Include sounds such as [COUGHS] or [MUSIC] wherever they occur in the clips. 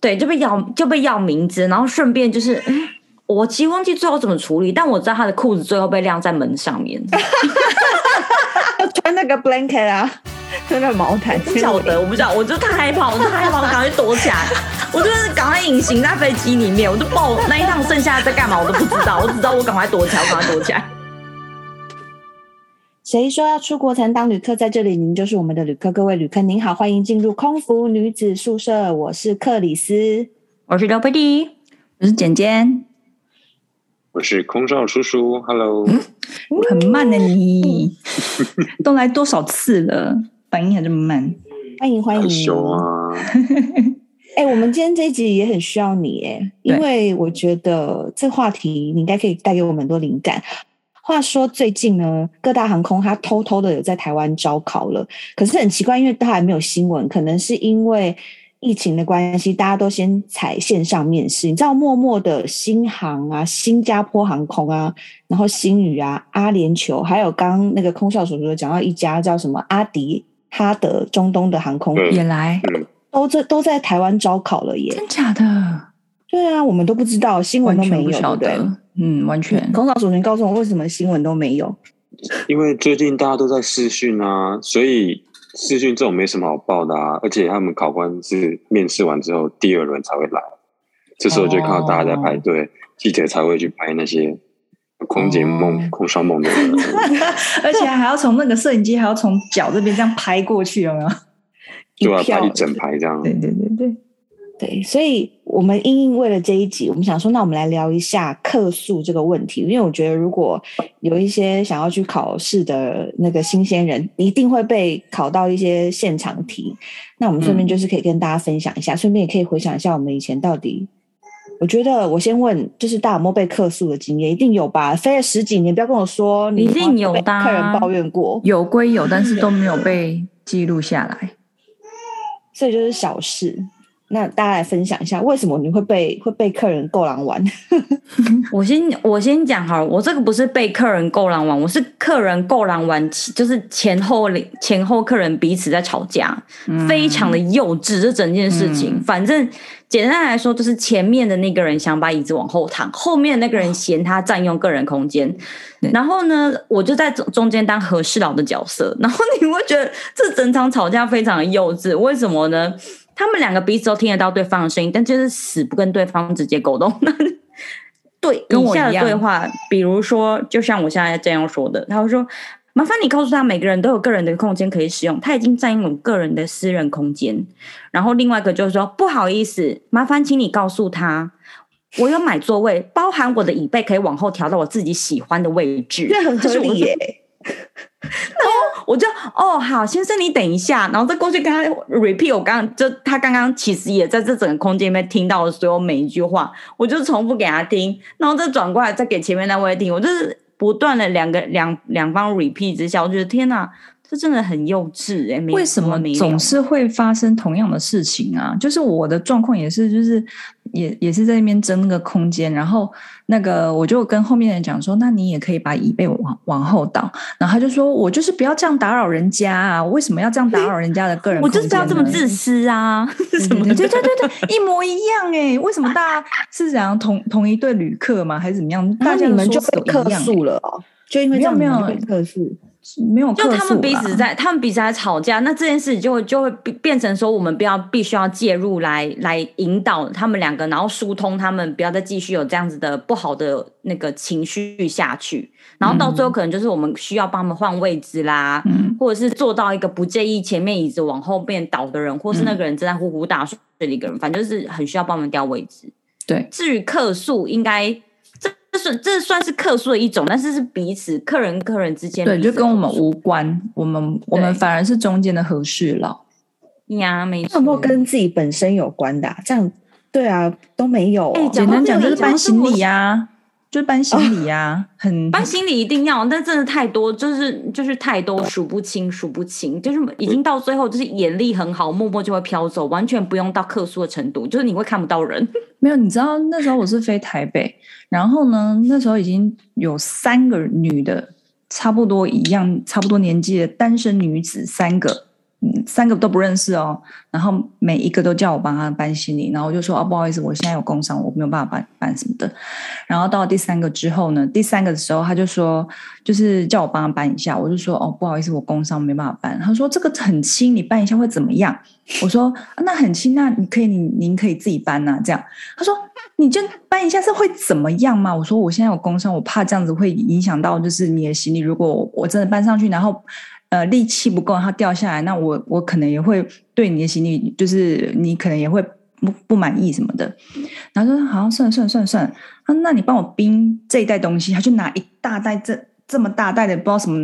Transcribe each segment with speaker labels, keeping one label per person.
Speaker 1: 对，就被要就被要名字，然后顺便就是，嗯我其实忘记最后怎么处理，但我知道他的裤子最后被晾在门上 [LAUGHS] 面，
Speaker 2: 要穿那个 blanket 啊， [LAUGHS] 穿那个毛毯，
Speaker 1: 不晓得，我不知道，我就太害怕，我就太害怕，我赶快躲起来，我就是赶快隐形在飞机里面，我就爆那一趟剩下在干嘛我都不知道，我只知道我赶快躲起来，我赶快躲起来。
Speaker 2: 谁说要出国才能当旅客？在这里，您就是我们的旅客。各位旅客，您好，欢迎进入空服女子宿舍。我是克里斯。
Speaker 1: 我是刘佩蒂，
Speaker 3: 我是简简，
Speaker 4: 我是空少叔叔，Hello，
Speaker 3: 嗯很慢的你，
Speaker 1: [LAUGHS]
Speaker 3: 都来多少次了，反应还这么慢？
Speaker 2: 欢迎欢迎。
Speaker 4: 害羞啊，
Speaker 2: 哎、我们今天这一集也很需要你哎，因
Speaker 3: 对
Speaker 2: 为我觉得这话题你应该可以带给我们很多灵感。话说最近呢，各大航空它偷偷的有在台湾招考了，可是很奇怪，因为它还没有新闻，可能是因为疫情的关系，大家都先采线上面试。你知道，默默的新航啊、新加坡航空啊，然后新宇啊、阿联酋，还有刚刚那个空少所说讲到一家叫什么阿迪哈德中东的航空，
Speaker 1: 嗯
Speaker 4: 对
Speaker 3: 也来，
Speaker 2: 都这都在台湾招考了耶。
Speaker 3: 真假的？
Speaker 2: 对啊，我们都不知道，新闻
Speaker 3: 完
Speaker 2: 都
Speaker 3: 全
Speaker 2: 没
Speaker 3: 不
Speaker 2: 有，对
Speaker 3: 晓
Speaker 2: 不对？
Speaker 3: 得，嗯，完全。
Speaker 2: 空少主人告诉我，为什么新闻都没有？
Speaker 4: 因为最近大家都在试训啊，所以试训这种没什么好报的啊，而且他们考官是面试完之后第二轮才会来，这时候就看到大家在排队，
Speaker 3: 哦
Speaker 4: 记者才会去拍那些空姐梦、
Speaker 3: 哦
Speaker 4: 空少梦的人。
Speaker 3: [LAUGHS] 而且还要从那个摄影机，还要从脚这边这样拍过去，有没有？
Speaker 4: 对啊，
Speaker 2: 一票
Speaker 4: 拍一整排这样。
Speaker 3: 对对对对，
Speaker 2: 对，所以我们因应为了这一集，我们想说，那我们来聊一下客诉这个问题，因为我觉得如果有一些想要去考试的那个新鲜人，一定会被考到一些现场题。那我们顺便就是可以跟大家分享一下，顺便也可以回想一下我们以前到底。我觉得我先问，就是大家有没有被客诉的经验？一定有吧？飞了十几年，不要跟我说你
Speaker 1: 一定有
Speaker 2: 被
Speaker 1: 的啊
Speaker 2: 客人抱怨过，
Speaker 3: 有归有，但是都没有被记录下来。
Speaker 2: 所以就是小事。那大家来分享一下，为什么你会被会被客人够狼玩？ [LAUGHS]
Speaker 1: 我先我先讲好了，我这个不是被客人够狼玩，我是客人够狼玩，就是前后里前后客人彼此在吵架，
Speaker 3: 嗯
Speaker 1: 非常的幼稚。这整件事情，
Speaker 3: 嗯
Speaker 1: 反正简单来说，就是前面的那个人想把椅子往后躺，后面的那个人嫌他占用个人空间
Speaker 3: 哦对。
Speaker 1: 然后呢，我就在中中间当和事佬的角色。然后你会觉得这整场吵架非常的幼稚，为什么呢？他们两个彼此都听得到对方的声音，但就是死不跟对方直接沟通。 [LAUGHS] 那对
Speaker 3: 跟
Speaker 1: 以
Speaker 3: 我
Speaker 1: 下
Speaker 3: 一
Speaker 1: 的
Speaker 3: 样
Speaker 1: 对话，比如说，就像我现在这样说的，他会说：“麻烦你告诉他，每个人都有个人的空间可以使用，他已经占用我个人的私人空间。”然后另外一个就是说：“不好意思，麻烦请你告诉他，我有买座位，包含我的椅背可以往后调到我自己喜欢的位置。”
Speaker 2: [LAUGHS] 这很合
Speaker 1: 就是我
Speaker 2: 理耶、
Speaker 1: 我就哦好，先生你等一下，然后再过去跟他 repeat 我刚刚就他刚刚其实也在这整个空间里面听到的所有每一句话，我就重复给他听，然后再转过来再给前面那位听，我就是不断的两个两两方 repeat 之下，我觉得天哪，这真的很幼稚哎、没
Speaker 3: 为什么
Speaker 1: 没有
Speaker 3: 总是会发生同样的事情啊？就是我的状况也是，就是也也是在那边争那个空间，然后那个我就跟后面的人讲说，那你也可以把椅背往往后倒，然后他就说我就是不要这样打扰人家啊，我为什么要这样打扰人家的个人
Speaker 1: 我
Speaker 3: 空
Speaker 1: 就
Speaker 3: 间
Speaker 1: 是
Speaker 3: 呢？
Speaker 1: 要这么自私啊？ [LAUGHS] 什么
Speaker 3: 对
Speaker 1: 的
Speaker 3: 对对对对，对一模一样哎、为什么大家是怎样同同一对旅客吗？还是怎么样？
Speaker 2: 那
Speaker 3: 大家
Speaker 2: 你们
Speaker 3: 说
Speaker 2: 就
Speaker 3: 是
Speaker 2: 被
Speaker 3: 都
Speaker 2: 客
Speaker 3: 一样
Speaker 2: 诉了哦，就因为这样
Speaker 3: 没有
Speaker 2: 你们
Speaker 3: 没有
Speaker 2: 就被客诉。
Speaker 3: 欸，没有
Speaker 1: 就
Speaker 3: 客
Speaker 1: 他们
Speaker 3: 诉
Speaker 1: 彼
Speaker 3: 啦
Speaker 1: 此在，他们彼此在吵架，那这件事就会就会变变成说，我们不要必须要介入来来引导他们两个，然后疏通他们，不要再继续有这样子的不好的那个情绪下去，然后到最后可能就是我们需要帮他们换位置啦，
Speaker 3: 嗯。
Speaker 1: 或者是做到一个不介意前面椅子往后面倒的人，或是那
Speaker 3: 嗯
Speaker 1: 个人正在呼呼大睡的一个人，反正就是很需要帮我们调位置。
Speaker 3: 对
Speaker 1: 至于客诉，应该这这是这算是客诉的一种，但是是彼此客人客人之间
Speaker 3: 对，
Speaker 1: 彼此
Speaker 3: 就
Speaker 1: 的
Speaker 3: 跟我们
Speaker 1: 客诉
Speaker 3: 无关，我们我们
Speaker 1: 对
Speaker 3: 反而是中间的和事佬。
Speaker 1: 呀，没
Speaker 2: 那
Speaker 1: 错
Speaker 2: 有没有跟自己本身有关的、啊？这样对啊，都没有、
Speaker 1: 哎
Speaker 2: 哦。
Speaker 1: 讲
Speaker 3: 简
Speaker 1: 到
Speaker 3: 单
Speaker 1: 这
Speaker 3: 讲
Speaker 1: 个
Speaker 3: 就是
Speaker 1: 讲到
Speaker 3: 搬行
Speaker 1: 这个
Speaker 3: 李呀、就是搬行李呀、
Speaker 1: [LAUGHS]
Speaker 3: 很
Speaker 1: 搬行李一定要，但真的太多，就是就是太多，数不清，数不清，就是已经到最后，就是眼力很好，默默就会飘走，完全不用到客诉的程度，就是你会看不到人。
Speaker 3: 没有。你知道那时候我是飞台北，然后呢，那时候已经有三个女的，差不多一样，差不多年纪的单身女子三个嗯三个都不认识哦，然后每一个都叫我帮他搬行李，然后我就说哦不好意思，我现在有工伤，我没有办法搬搬什么的。然后到第三个之后呢，第三个的时候他就说就是叫我帮他搬一下，我就说哦不好意思，我工伤没办法搬。他说这个很轻，你搬一下会怎么样？我说、啊那很轻，那你可以您您可以自己搬呐、这样。他说你就搬一下是会怎么样吗？我说我现在有工伤，我怕这样子会影响到就是你的行李。如果我真的搬上去，然后呃力气不够，它掉下来，那我我可能也会对你的行李，就是你可能也会不不满意什么的。然后说好，算了算了算了算了，他说那你帮我冰这一袋东西，他就拿一大袋这这么大袋的不知道什么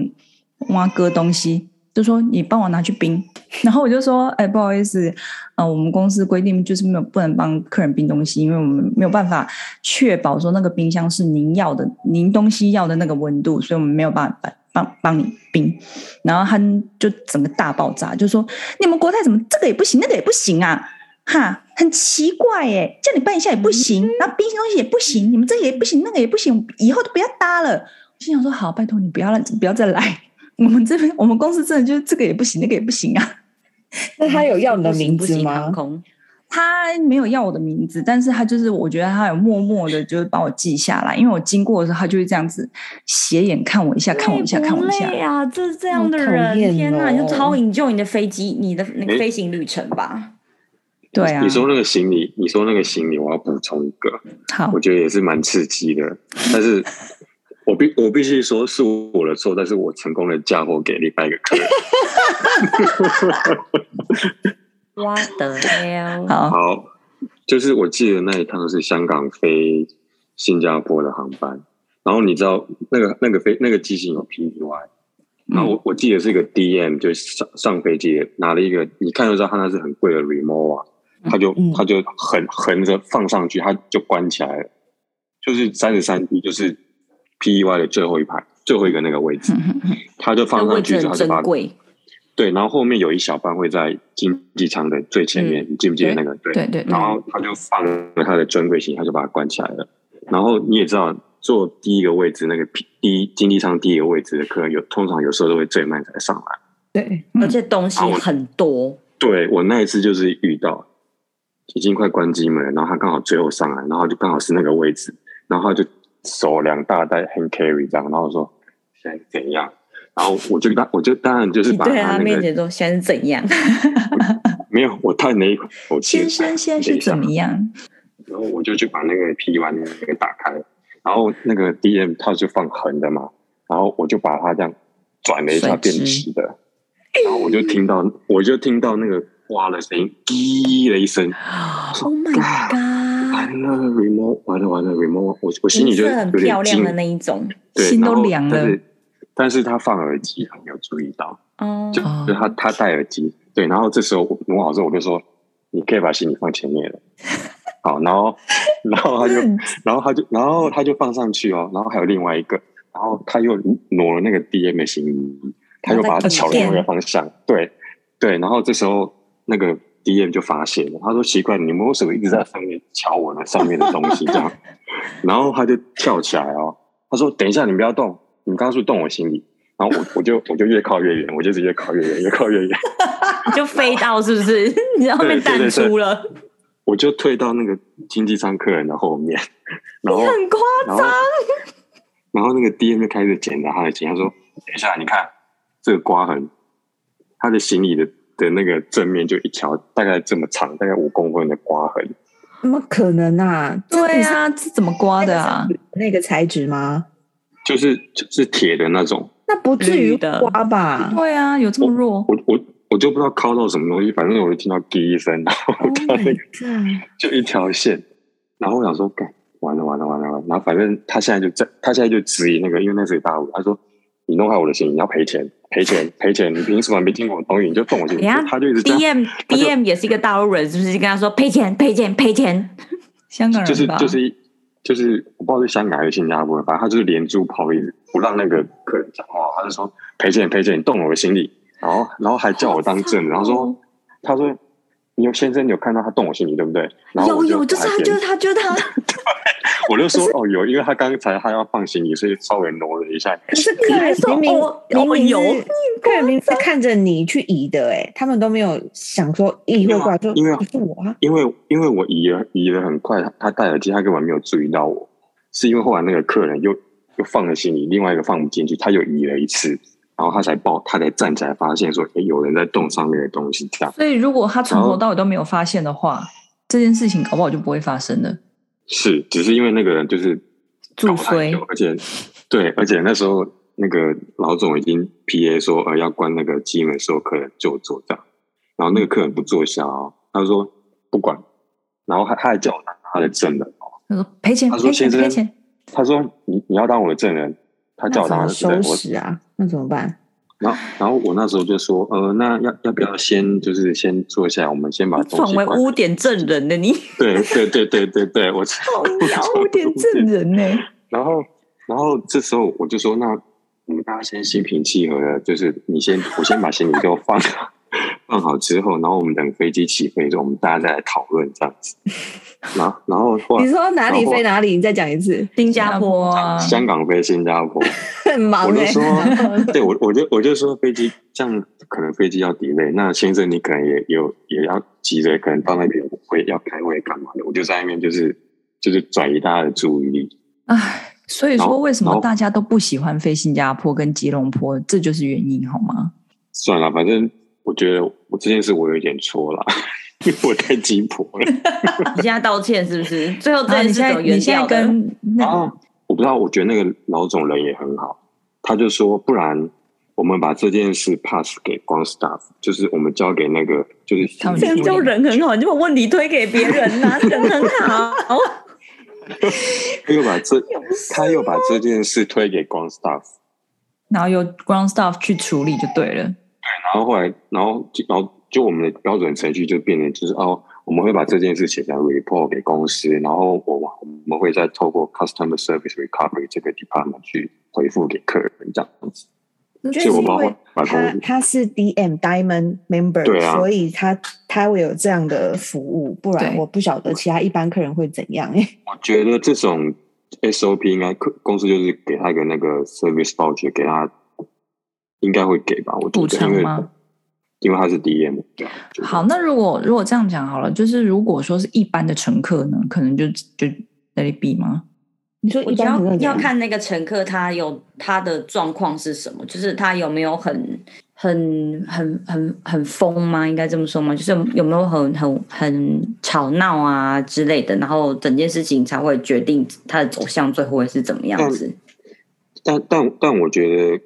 Speaker 3: 蛙哥东西。就说你帮我拿去冰，然后我就说，哎，不好意思，呃，我们公司规定就是没有不能帮客人冰东西，因为我们没有办法确保说那个冰箱是您要的，您东西要的那个温度，所以我们没有办法帮帮帮你冰。然后他就整个大爆炸，就说你们国泰怎么这个也不行，那个也不行啊，哈，很奇怪耶、叫你办一下也不行，然后冰箱东西也不行，你们这个也不行，那个也不行，以后都不要搭了。我心想说，好，拜托你不要来，不要再来。 [LAUGHS] 我们这边我们公司真的就是这个也不行，那个也不行啊。
Speaker 2: 那他有要你的
Speaker 1: 不行
Speaker 2: 名
Speaker 1: 不
Speaker 2: 字
Speaker 1: 行
Speaker 2: 吗
Speaker 3: [LAUGHS]
Speaker 1: 航？空
Speaker 3: 他没有要我的名字，但是他就是我觉得他有默默的，就是把我记下来，因为我经过的时候，他就会这样子斜眼看我一下，看我一下，
Speaker 1: 累
Speaker 3: 看
Speaker 1: 不
Speaker 3: 我一下。
Speaker 1: 累啊！这是这样
Speaker 2: 好
Speaker 1: 的
Speaker 2: 讨
Speaker 1: 人，
Speaker 2: 厌
Speaker 1: 天哪！你就
Speaker 2: 哦
Speaker 1: 超 enjoy 你的飞机，你的那个
Speaker 4: 诶
Speaker 1: 飞行旅程吧。 [LAUGHS]
Speaker 3: 对啊
Speaker 4: 你，说那个行李，你说那个行李，我要补充一个，
Speaker 3: 好
Speaker 4: 我，觉得也是蛮刺激的。但是我必我必须说是我的错，但是我成功的嫁祸给另外一个客人。
Speaker 1: What the hell！
Speaker 3: 好，
Speaker 4: 好，就是我记得那一趟是香港飞新加坡的航班，然后你知道那个那个飞那个机型有 PDY，然
Speaker 1: 嗯
Speaker 4: 后我我记得是一个 DM，就是上上飞机拿了一个，你看就知道他那是很贵的 Remova，他就
Speaker 2: 嗯
Speaker 4: 他就横横着放上去，他就关起来了，就是三十三 D，就是 PEY 的最后一排最后一个那个位置，他就
Speaker 1: 这
Speaker 4: 放
Speaker 1: 嗯位
Speaker 4: 上
Speaker 1: 置
Speaker 4: 去之后
Speaker 1: 很
Speaker 4: 他就把
Speaker 1: 珍贵，
Speaker 4: 对，然后后面有一小半会在经济舱的最前面，你记不记得那个？对
Speaker 3: [LAUGHS] 对对嗯对
Speaker 4: 然，后他就放了他的尊贵型，他就把它关起来了。然后你也知道，坐第一个位置那个 P- 第一经济舱第一个位置的客人有，通常有时候都会最慢才上来。
Speaker 2: 对，
Speaker 3: 嗯
Speaker 1: 而且东西
Speaker 4: 啊我
Speaker 1: 很多。
Speaker 4: 对我那一次就是遇到，已经快关机门了，然后他刚好最后上来，然后就刚好是那个位置，然后他就手两大袋 hand carry 这样，然后我说现在是怎样？然后我就当我就当然就是把
Speaker 1: 对
Speaker 4: 他
Speaker 1: 啊，
Speaker 4: 那
Speaker 1: 面
Speaker 4: 个
Speaker 1: 前说现在是怎 [LAUGHS] 样？
Speaker 4: 没有，我叹了一口气，
Speaker 3: 先生现在是怎么样？
Speaker 4: 然后我就去把那个 P 完的那个打开，然后那个 DM 它就放横的嘛，然后我就把它这样转了一下
Speaker 1: 甩
Speaker 4: 变
Speaker 1: 直
Speaker 4: 直的，然后我就听到我就听到那个刮的声音，滴的一声，啊
Speaker 1: Oh my god！
Speaker 4: 完了 remote 完了完了 remote，我我心里就
Speaker 1: 颜色很
Speaker 4: 有
Speaker 1: 漂
Speaker 4: 点
Speaker 1: 亮
Speaker 4: 惊，
Speaker 1: 的那一种。
Speaker 4: 对，
Speaker 3: 心都
Speaker 4: 然后
Speaker 3: 凉了
Speaker 4: 但是但是他放耳机，他没有注意到，
Speaker 1: 哦，
Speaker 4: 就
Speaker 3: 哦
Speaker 4: 就他他戴耳机，对，然后这时候我挪好之后，我就说你可以把行李放前面了， [LAUGHS] 好，然后然后他就然后他就，然后他就放上去哦，然后还有另外一个，然后他又挪了那个 DM 的行李，他又把它巧另外一个方向，对对，然后这时候那个 DM 就发现了，他说奇怪，你们为什么一直在上面瞧我的上面的东西这样？然后他就跳起来哦，他说等一下你们不要动，你们刚刚是不是动我行李，然后我我就我就越靠越远，我就一直越靠越远，越靠越远，
Speaker 1: 就飞到是不是？ [LAUGHS] 你在后面
Speaker 4: 对对对
Speaker 1: 淡
Speaker 4: 对
Speaker 1: 出了，
Speaker 4: 我就退到那个经济舱客人的后面，然后
Speaker 1: 很夸
Speaker 4: 然后，然后那个 DM 就开始检查他的行李，他说：“等一下，你看这个刮痕，他的行李的的那个正面就一条大概这么长，大概五公分的刮痕。
Speaker 2: 怎么可能啊？
Speaker 3: 对
Speaker 2: 啊，
Speaker 3: 啊，这怎么刮的啊？
Speaker 2: 那个材质吗？
Speaker 4: 就是就是铁的那种，
Speaker 2: 那不至于
Speaker 1: 铝的
Speaker 2: 刮吧？
Speaker 3: [LAUGHS] 对啊，有这么弱？
Speaker 4: 我我我就不知道敲到什么东西，反正我就听到滴一声，然后
Speaker 2: Oh
Speaker 4: 看那
Speaker 2: my
Speaker 4: 个
Speaker 2: god！
Speaker 4: 就一条线，然后我想说，干完了完了完了完了，然后反正他现在就在，他现在就质疑那个，因为那是大五，他说你弄坏我的行李，你要赔钱赔钱赔钱，你凭什么没听我的东西你就动我行李
Speaker 1: 等一下？
Speaker 4: 他就一直这样。
Speaker 1: DM
Speaker 4: 他就
Speaker 1: DM 也是一个大陆人，是不是？就跟他说赔钱赔钱赔钱，
Speaker 3: 香港
Speaker 4: 就是
Speaker 3: 人吧？
Speaker 4: 就是一就是我不知道是香港还是新加坡，反正他就是连珠炮一直不让那个客人讲话，他就说
Speaker 1: [LAUGHS]
Speaker 4: 赔钱赔钱，你动了我的行李，然后然后还叫我当证人，然后说他说你有先生有看到他动我心里对不对？然后
Speaker 1: 有
Speaker 4: 我
Speaker 1: 有，就是他，
Speaker 4: 打一
Speaker 1: 就
Speaker 4: 点
Speaker 1: 是他，就是他，
Speaker 4: [LAUGHS] 我就说哦有，因为他刚才他要放行李，所以稍微挪了一下。
Speaker 1: 可是可爱说
Speaker 2: 明明
Speaker 1: 哦
Speaker 2: 明
Speaker 1: 哦
Speaker 2: 明
Speaker 1: 有，
Speaker 2: 是对，明明是看着你去移的、欸，哎，他们都没有想说移
Speaker 4: 没
Speaker 2: 会
Speaker 4: 有啊
Speaker 2: 过来，就
Speaker 4: 因为啊
Speaker 2: 不是我啊，
Speaker 4: 因为因为我移了移了很快，他他戴耳机，他根本没有注意到我，是因为后来那个客人又又放了行李，另外一个放不进去，他又移了一次，然后他才抱，他才站起来发现说，哎，有人在动上面的东西，这样
Speaker 3: 所以如果他从头到尾都没有发现的话，这件事情搞不好就不会发生了。
Speaker 4: 是，只是因为那个人就是
Speaker 3: 助
Speaker 4: 搞太
Speaker 3: 推
Speaker 4: 久，而且对，而且那时候那个老总已经 P A 说，呃，要关那个机门，所有客人就坐这样，然后那个客人不坐下哦，他说不管，然后还他还叫我拿他的证人哦，
Speaker 3: 他说赔钱，
Speaker 4: 他说
Speaker 3: 赔钱，
Speaker 4: 先
Speaker 3: 赔
Speaker 4: 生
Speaker 3: 钱。
Speaker 4: 他说你你要当我的证人，他叫
Speaker 2: 那怎么
Speaker 4: 我当他的证
Speaker 2: 收
Speaker 4: 人，我
Speaker 2: 拾啊？那怎么办？
Speaker 4: 然后然后我那时候就说，呃，那要要不要先就是先坐下来，我们先把
Speaker 1: 你
Speaker 4: 东
Speaker 1: 转
Speaker 4: 西
Speaker 1: 为
Speaker 4: 关
Speaker 1: 污点证人的你， [LAUGHS]
Speaker 4: 对对对对对对， [LAUGHS] 我
Speaker 3: 好鸟，有点 [LAUGHS]
Speaker 4: 正
Speaker 3: 证人呢、
Speaker 4: 然后，然后这时候我就说，那我们大家先心平气和的，就是你先，我先把行李给我放好， [LAUGHS] 放好之后，然后我们等飞机起飞之后，我们大家再来讨论这样子。然后，然后后
Speaker 2: 你
Speaker 4: 来
Speaker 2: 说哪里
Speaker 4: 然后
Speaker 2: 飞哪里？你再讲一次， [LAUGHS]
Speaker 1: 新
Speaker 3: 新
Speaker 1: 加
Speaker 3: 加
Speaker 1: 坡
Speaker 3: 坡啊，
Speaker 4: 香港飞新加坡，
Speaker 2: 很忙
Speaker 4: 我就
Speaker 2: 哎、
Speaker 4: 说，对我我就我就说飞机这样可能飞机要 delay，那先生你可能也也有也要急着，可能到那边会要开会干嘛的，我就在那边就是就是转移大家的注意力。
Speaker 3: 唉，所以
Speaker 4: 然
Speaker 3: 说
Speaker 4: 后
Speaker 3: 为什
Speaker 4: 然
Speaker 3: 么
Speaker 4: 后
Speaker 3: 大家都不喜欢飞新加坡跟吉隆坡，这就是原因好吗？
Speaker 4: 算了，反正我觉得我这件事我有一点错了，因为我太鸡婆了。
Speaker 1: 你现在道歉是不是？最后这
Speaker 3: 然后
Speaker 1: 件
Speaker 3: 啊
Speaker 1: 事怎
Speaker 3: 你现在
Speaker 1: 么
Speaker 3: 你
Speaker 1: 圆
Speaker 3: 现在
Speaker 1: 掉的？哦
Speaker 3: 跟那、
Speaker 4: 然后我不知道，我觉得那个老总人也很好，他就说，不然我们把这件事 pass 给光 staff，就是我们交给那个就是
Speaker 3: 他们
Speaker 1: 这样
Speaker 3: 就
Speaker 1: 就人很好，你就把问题推给别人呐、人很好。
Speaker 4: 他又把这他又把这件事推给光 staff，
Speaker 3: [LAUGHS] 然后由 ground staff 去处理就对了。
Speaker 4: 然后后来然后就然后就我们的标准程序就变成就是哦。我们会把这件事写成 report 给公司，然后我我们会再透过 customer service recovery 这个 department 去回复给客人这样子。
Speaker 2: 就
Speaker 4: 所以
Speaker 2: 是
Speaker 4: 我
Speaker 2: 因
Speaker 4: 把
Speaker 2: 为
Speaker 4: 把
Speaker 2: 他
Speaker 4: 东西
Speaker 2: 他是 DM Diamond Member，、
Speaker 4: 对啊
Speaker 2: 所以他他会有这样的服务，不然
Speaker 3: 对
Speaker 2: 我不晓得其他一般客人会怎样、欸。
Speaker 4: 我觉得这种 SOP 应该可公司就是给他一个那个 service voucher，给他应该会给吧？我觉
Speaker 3: 补
Speaker 4: 得
Speaker 3: 偿
Speaker 4: 因为
Speaker 3: 吗
Speaker 4: 因为他是 DM，对啊就是
Speaker 3: 好，那如果如果这样讲好了，就是如果说是一般的乘客呢，可能就就 let it be 吗？
Speaker 2: 你说
Speaker 1: 我
Speaker 2: 一
Speaker 1: 觉得
Speaker 2: 般客
Speaker 1: 要
Speaker 2: 人怎
Speaker 1: 要
Speaker 2: 样
Speaker 1: 看那个乘客他有他的状况是什么，就是他有没有很很很很很疯吗？应该这么说吗？就是有没有很很很吵闹啊之类的，然后整件事情才会决定他的走向最后会是怎么样子。
Speaker 4: 但但但我觉得，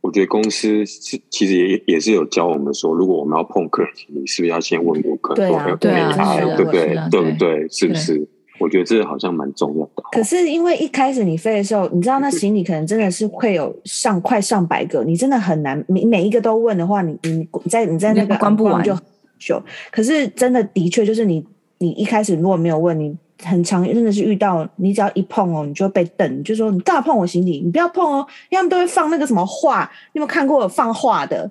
Speaker 4: 我觉得公司是其实也也是有教我们说，如果我们要碰客人，你是不是要先问过客人，
Speaker 2: 对啊
Speaker 4: 说
Speaker 3: 对
Speaker 4: 哎
Speaker 3: 啊
Speaker 4: 没他
Speaker 3: 是啊
Speaker 4: 对不
Speaker 3: 是
Speaker 4: 对
Speaker 3: 啊？
Speaker 4: 对不
Speaker 3: 对
Speaker 4: 对？是不
Speaker 3: 对
Speaker 4: 是？我觉得这好像蛮重要的。啊
Speaker 2: 可是因为一开始你飞的时候，你知道那行李可能真的是会有上快上百个，你真的很难，你每一个都问的话，你你你在你在那个
Speaker 3: 你关不完
Speaker 2: 就很久。可是真的的确就是你你一开始如果没有问你。很常真的是遇到你只要一碰哦，你就会被瞪，你就说你干嘛碰我行李？你不要碰哦，因为他们都会放那个什么画，你有没有看过有放画的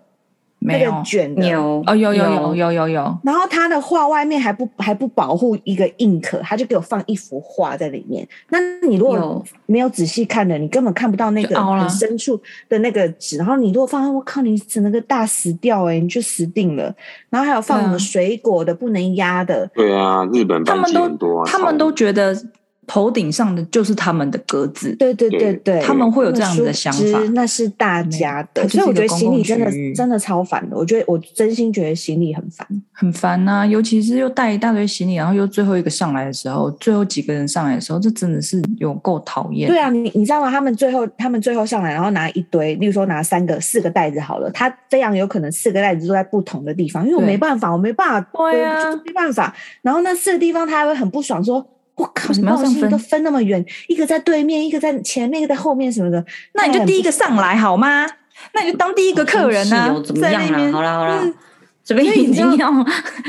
Speaker 2: 那
Speaker 3: 没有
Speaker 2: 个卷的？
Speaker 1: 牛
Speaker 3: 哦，有有有有有有，
Speaker 2: 然后他的画外面还不还不保护一个硬壳，他就给我放一幅画在里面。那你如果
Speaker 1: 有
Speaker 2: 没有仔细看的，你根本看不到那
Speaker 3: 就
Speaker 2: 个
Speaker 3: 凹了
Speaker 2: 很深处的那个纸。然后你如果放在，我靠，你整个大死掉哎、欸，你就死定了。然后还有放
Speaker 3: 对啊
Speaker 2: 什么水果的、不能压的，
Speaker 4: 对啊，日本
Speaker 3: 他
Speaker 4: 班
Speaker 3: 们
Speaker 4: 机很多
Speaker 3: 都
Speaker 4: 啊，
Speaker 3: 他们都觉得头顶上的就是他们的格子，
Speaker 2: 对对对
Speaker 4: 对
Speaker 2: 对，
Speaker 3: 啊他们会有这样的
Speaker 2: 殊不
Speaker 3: 想
Speaker 2: 知
Speaker 3: 法。
Speaker 2: 那是大家
Speaker 3: 没有它
Speaker 2: 的。
Speaker 3: 就是
Speaker 2: 所以我觉得
Speaker 3: 一个公
Speaker 2: 行李
Speaker 3: 共
Speaker 2: 真的
Speaker 3: 区域
Speaker 2: 真的超烦的。我觉得我真心觉得行李很烦。
Speaker 3: 很烦呐、尤其是又带一大堆行李，然后又最后一个上来的时候，最后几个人上来的时候，这真的是有够讨厌。
Speaker 2: 对啊，你你知道吗？他们最后他们最后上来，然后拿一堆，例如说拿三个、四个袋子好了，他非常有可能四个袋子都在不同的地方，因为我
Speaker 3: 对
Speaker 2: 没办法，我没办法，
Speaker 3: 对啊
Speaker 2: 我就没办法。然后那四个地方他还会很不爽，说。我靠！
Speaker 3: 为什
Speaker 2: 你
Speaker 3: 么要
Speaker 2: 报信
Speaker 3: 这样分
Speaker 2: 都分那么远，一个在对面，一个在前面，一个在后面什么的。
Speaker 3: 那你就第一个上来好吗？那你就当第一个客人啊
Speaker 1: 哦真是有，怎么样
Speaker 3: 在
Speaker 1: 啦？
Speaker 3: 那边
Speaker 1: 好啦好啦
Speaker 3: 嗯，
Speaker 1: 这边
Speaker 2: 因为你
Speaker 1: 已
Speaker 2: 知道
Speaker 1: 经要 [LAUGHS]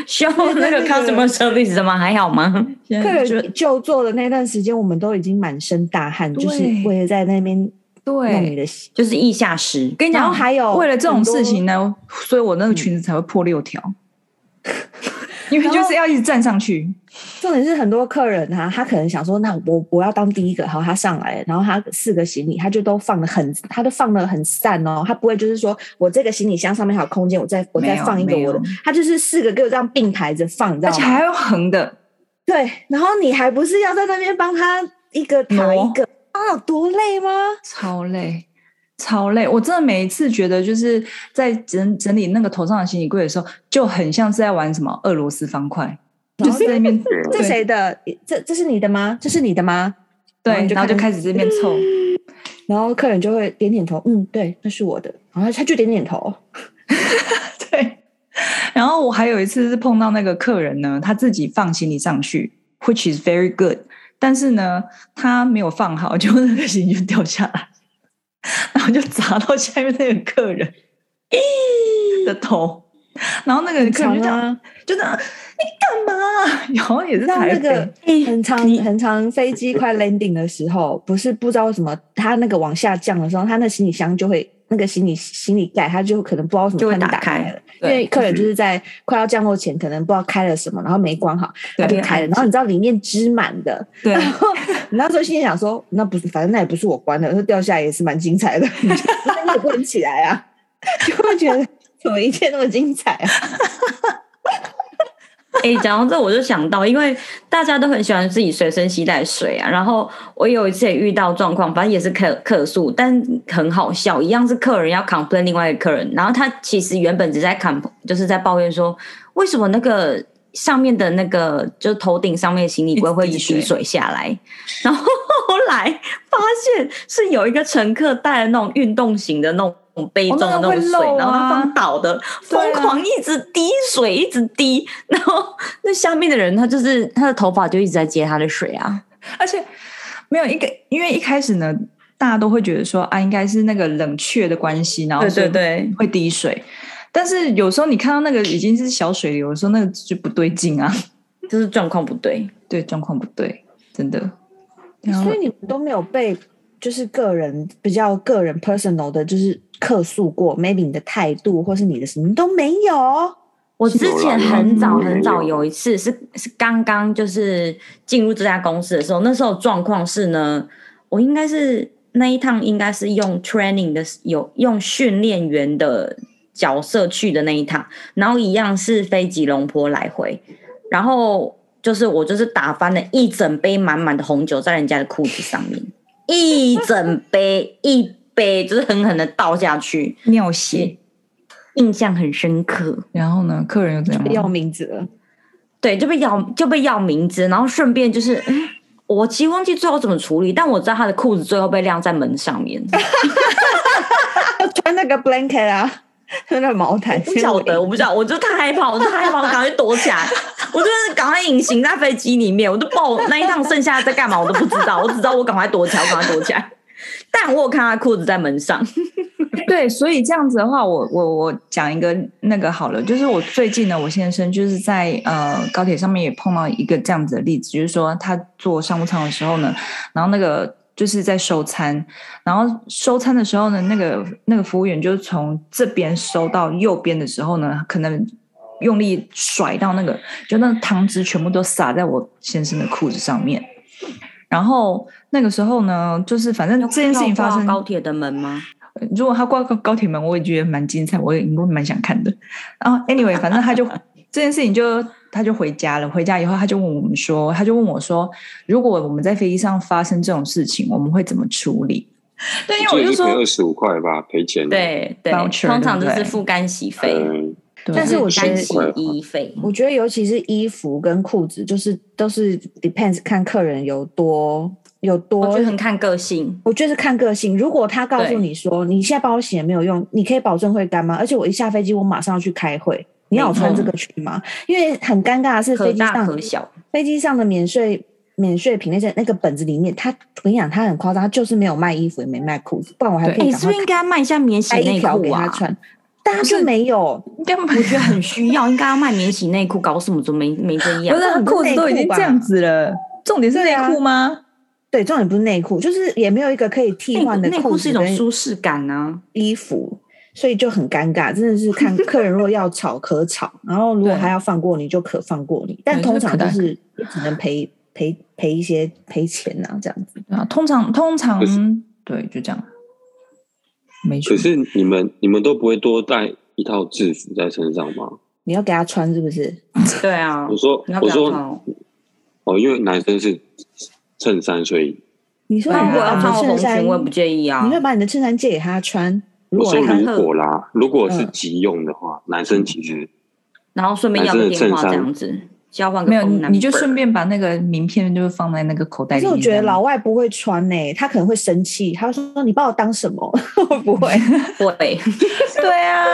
Speaker 1: 需要
Speaker 3: [LAUGHS]
Speaker 1: 那个 customer service 的吗？还好吗？
Speaker 3: 现
Speaker 2: 客
Speaker 3: 在就觉得
Speaker 2: 人就坐的那段时间，我们都已经满身大汗，就是
Speaker 3: 对
Speaker 2: 为了在那边弄你
Speaker 3: 对。
Speaker 2: 的行。
Speaker 1: 就是意下时，
Speaker 3: 跟你
Speaker 2: 然
Speaker 3: 讲，
Speaker 2: 后还有
Speaker 3: 为了这种
Speaker 2: 很多
Speaker 3: 事情呢，所以我那个裙子才会破六条，因为就是要一直站上去。
Speaker 2: 重点是很多客人啊，他可能想说，那我我要当第一个，好，他上来了，然后他四个行李，他就都放的很，他都放的很散哦，他不会就是说我这个行李箱上面还有空间，我再我再
Speaker 3: 没有
Speaker 2: 放一个
Speaker 3: 没有
Speaker 2: 我的，他就是四个给我这样并排着放，你知
Speaker 3: 而
Speaker 2: 道
Speaker 3: 且
Speaker 2: 吗？
Speaker 3: 还要横的，
Speaker 2: 对，然后你还不是要在那边帮他一个
Speaker 3: 挪
Speaker 2: 抬一个，他有多累吗？
Speaker 3: 超累，超累。我真的每一次觉得就是在整整理那个头上的行李柜的时候，就很像是在玩什么俄罗斯方块，就是在那边
Speaker 2: 这谁的？这这是你的吗？这是你的吗？然后
Speaker 3: 对，
Speaker 2: 你就
Speaker 3: 然后就
Speaker 2: 看
Speaker 3: 开始这边凑。
Speaker 2: 然后客人就会点点头，嗯，对，那是我的，然后他就点点头，
Speaker 3: [LAUGHS] 对，然后我还有一次是碰到那个客人呢，他自己放行李上去，which is very good，但是呢，他没有放好，就那个行李就掉下来，然后就砸到下面那个客人的头，然后那个客人就这样，
Speaker 2: 啊，
Speaker 3: 就这样，你干嘛？然后也是
Speaker 2: 让
Speaker 3: 台
Speaker 2: 那个
Speaker 3: 北，
Speaker 2: 很长很长飞机快 landing 的时候，不是不知道为什么，他那个往下降的时候，他那行李箱就会那个行李行李盖，他就可能不知道为什么
Speaker 1: 就会
Speaker 2: 突然
Speaker 1: 打
Speaker 2: 打
Speaker 1: 开
Speaker 2: 了，因
Speaker 3: 对
Speaker 2: 为客人就是在快要降落前，可能不知道开了什么，然后没关好，他
Speaker 3: 对
Speaker 2: 就开了，然后你知道里面支满的，
Speaker 3: 对，
Speaker 2: 然后你那时候心里想说，那不是，反正那也不是我关的，说掉下来也是蛮精彩的， [LAUGHS] 你就那你也不能起来啊， [LAUGHS] 就会觉得 [LAUGHS] 怎么一切那么精彩啊？
Speaker 1: 哎，讲到这我就想到，因为大家都很喜欢自己随身携带水啊。然后我有一次也遇到状况，反正也是客客诉，但很好笑，一样是客人要 complain 另外一个客人，然后他其实原本只在 com 就是在抱怨说，为什么那个上面的那个就是头顶上面的行李柜会一直
Speaker 3: 一
Speaker 1: 滴
Speaker 3: 直滴
Speaker 1: 水下来，然后后来发现是有一个乘客带了那种运动型的那种。杯
Speaker 3: 哦
Speaker 1: 中的
Speaker 3: 那
Speaker 1: 那种
Speaker 3: 个会
Speaker 1: 水，
Speaker 3: 漏
Speaker 1: 然后他
Speaker 3: 啊
Speaker 1: 放倒的，
Speaker 3: 对
Speaker 1: 疯
Speaker 3: 啊
Speaker 1: 狂一直滴水，一直滴， [LAUGHS] 然后那下面的人，他就是他的头发就一直在接他的水啊，
Speaker 3: 而且没有一个，因为一开始呢，大家都会觉得说啊，应该是那个冷却的关系，然后所以
Speaker 1: 对，
Speaker 3: 会滴水。但是有时候你看到那个已经是小水流的时候，那个就不对劲啊，
Speaker 1: 就是状况不对。
Speaker 3: 对，状况不对，真的。然后
Speaker 2: 所以你们都没有被就是个人比较个人 personal 的，就是客诉过，maybe 你的态度或是你的什么你都没有。
Speaker 1: 我之前很早
Speaker 4: 有啦有啦
Speaker 1: 很早
Speaker 4: 有
Speaker 1: 有一次是是刚刚就是进入这家公司的时候，那时候状况是呢，我应该是那一趟应该是用 training 的有用训练员的角色去的那一趟，然后一样是飞吉隆坡来回，然后就是我就是打翻了一整杯满满的红酒在人家的裤子上面，一整杯一杯就是狠狠的倒下去，
Speaker 3: 尿血，
Speaker 1: 印象很深刻。
Speaker 3: 然后呢，客人又
Speaker 1: 嗯
Speaker 3: 怎样
Speaker 2: 要
Speaker 3: 吗？
Speaker 2: 名字了，
Speaker 1: 对，就被要就被要名字，然后顺便就是，嗯我其实忘记最后怎么处理，但我知道他的裤子最后被晾在门上面，
Speaker 2: 要穿那个 blanket 啊， [LAUGHS] 穿那个毛毯。
Speaker 1: 不晓得，我不晓得，我就太害怕，我太害怕，我赶快躲起来，我就是赶快隐形在飞机里面，我都不知道我那一趟剩下在干嘛，我都不知道，我只知道我赶快躲起来，我赶快躲起来。但我有看他裤子在门上，
Speaker 3: [LAUGHS] 对，所以这样子的话，我我我讲一个那个好了，就是我最近呢，我先生就是在呃高铁上面也碰到一个这样子的例子，就是说他坐商务舱的时候呢，然后那个就是在收餐，然后收餐的时候呢，那个那个服务员就是从这边收到右边的时候呢，可能用力甩到那个，就那汤汁全部都洒在我先生的裤子上面。然后那个时候呢，就是反正这件事情发生，
Speaker 1: 高铁的门吗？
Speaker 3: 如果他挂高高铁门，我也觉得蛮精彩，我也我蛮想看的。然后 anyway，反正他就这件事情就他就回家了。回家以后，他就问我们说，他就问我说，如果我们在飞机上发生这种事情，我们会怎么处理？对，因为
Speaker 4: 所
Speaker 3: 我
Speaker 4: 以
Speaker 3: 就是
Speaker 4: 赔
Speaker 3: 说
Speaker 4: 二，十五块吧，赔钱。，啊
Speaker 1: 对对，
Speaker 3: Voucher，
Speaker 1: 通常就
Speaker 3: 对
Speaker 1: 是
Speaker 3: 不对
Speaker 1: 付干洗费，
Speaker 4: 嗯，
Speaker 3: 对
Speaker 2: 但是我觉得
Speaker 1: 干洗衣费。
Speaker 2: 我觉得尤其是衣服跟裤子，就是都是 depends 看客人有多有
Speaker 1: 我
Speaker 2: 多
Speaker 1: 觉得很看个性，
Speaker 2: 我觉得是看个性。如果他告
Speaker 1: 对
Speaker 2: 诉你说你现在帮我洗也没有用，你可以保证会干吗？而且我一下飞机，我马上要去开会，你要我穿这个去吗？因为很尴尬的是，
Speaker 1: 嗯可
Speaker 2: 飞机
Speaker 1: 大可
Speaker 2: 上
Speaker 1: 小。
Speaker 2: 飞机上的免税免税品那些那个本子里面，他我跟你讲，他很夸张，他就是没有卖衣服，也没卖裤子，不然我还可
Speaker 1: 哎、
Speaker 2: 以
Speaker 1: 是不是应该卖一下免洗
Speaker 2: 买一
Speaker 1: 内
Speaker 2: 条
Speaker 1: 裤
Speaker 2: 给他
Speaker 1: 啊？
Speaker 2: 穿。但他就没有，[LAUGHS]
Speaker 3: 应该
Speaker 1: 我觉得很需要，应该要卖免洗内裤，搞什么都没没这
Speaker 3: 不
Speaker 1: 样
Speaker 3: 是。他裤子都已经这样子了，重点是内裤吗？
Speaker 2: 对，重点不是内裤，就是也没有一个可以替
Speaker 1: 内裤
Speaker 2: 换的
Speaker 1: 内
Speaker 2: 裤
Speaker 1: 裤是
Speaker 2: 子
Speaker 1: 一种
Speaker 2: 跟
Speaker 1: 舒适感呢、
Speaker 2: 衣服。所以就很尴尬，真的是看客人如果要吵可吵，然后如果
Speaker 3: 对
Speaker 2: 他要放过你就可放过你，但
Speaker 3: 对
Speaker 2: 通
Speaker 3: 就可
Speaker 2: 常就
Speaker 3: 大可
Speaker 2: 是也只能赔赔赔一些赔钱啊这样子。
Speaker 3: 对啊，通常通常
Speaker 4: 可是
Speaker 3: 对，就这样，没错
Speaker 4: 可。是你们你们都不会多带一套制服在身上吗？
Speaker 2: 你要给他穿是不是？
Speaker 1: 对啊
Speaker 4: 我，说
Speaker 1: 你要
Speaker 4: 我
Speaker 1: 给他
Speaker 4: 说
Speaker 1: 穿哦
Speaker 4: 哦，因为男生是衬衫，所以
Speaker 2: 你说
Speaker 1: 对
Speaker 2: 你
Speaker 1: 啊，
Speaker 2: 会
Speaker 1: 我
Speaker 2: 把
Speaker 1: 要
Speaker 2: 你
Speaker 1: 穿
Speaker 2: 的
Speaker 1: 我红
Speaker 2: 衬
Speaker 1: 裙，
Speaker 2: 衫，
Speaker 1: 我也不介意啊
Speaker 2: 你。会把你的衬衫借给他穿？如
Speaker 4: 我
Speaker 2: 果
Speaker 4: 说
Speaker 1: 他
Speaker 4: 如果啦，如果是
Speaker 2: 嗯
Speaker 4: 急用的话，男生其实
Speaker 1: 然后顺便要个电话这样子，交换个
Speaker 3: 没有，
Speaker 1: phone
Speaker 3: 你
Speaker 1: number
Speaker 3: 你就顺便把那个名片就是放在那个口袋
Speaker 2: 可
Speaker 3: 里
Speaker 2: 是
Speaker 3: 面。
Speaker 2: 我觉得
Speaker 3: 这样
Speaker 2: 老外不会穿呢、他可能会生气，他会说你把我当什
Speaker 4: [LAUGHS]
Speaker 2: 么？会不会？
Speaker 1: 对，
Speaker 3: [LAUGHS] 对啊，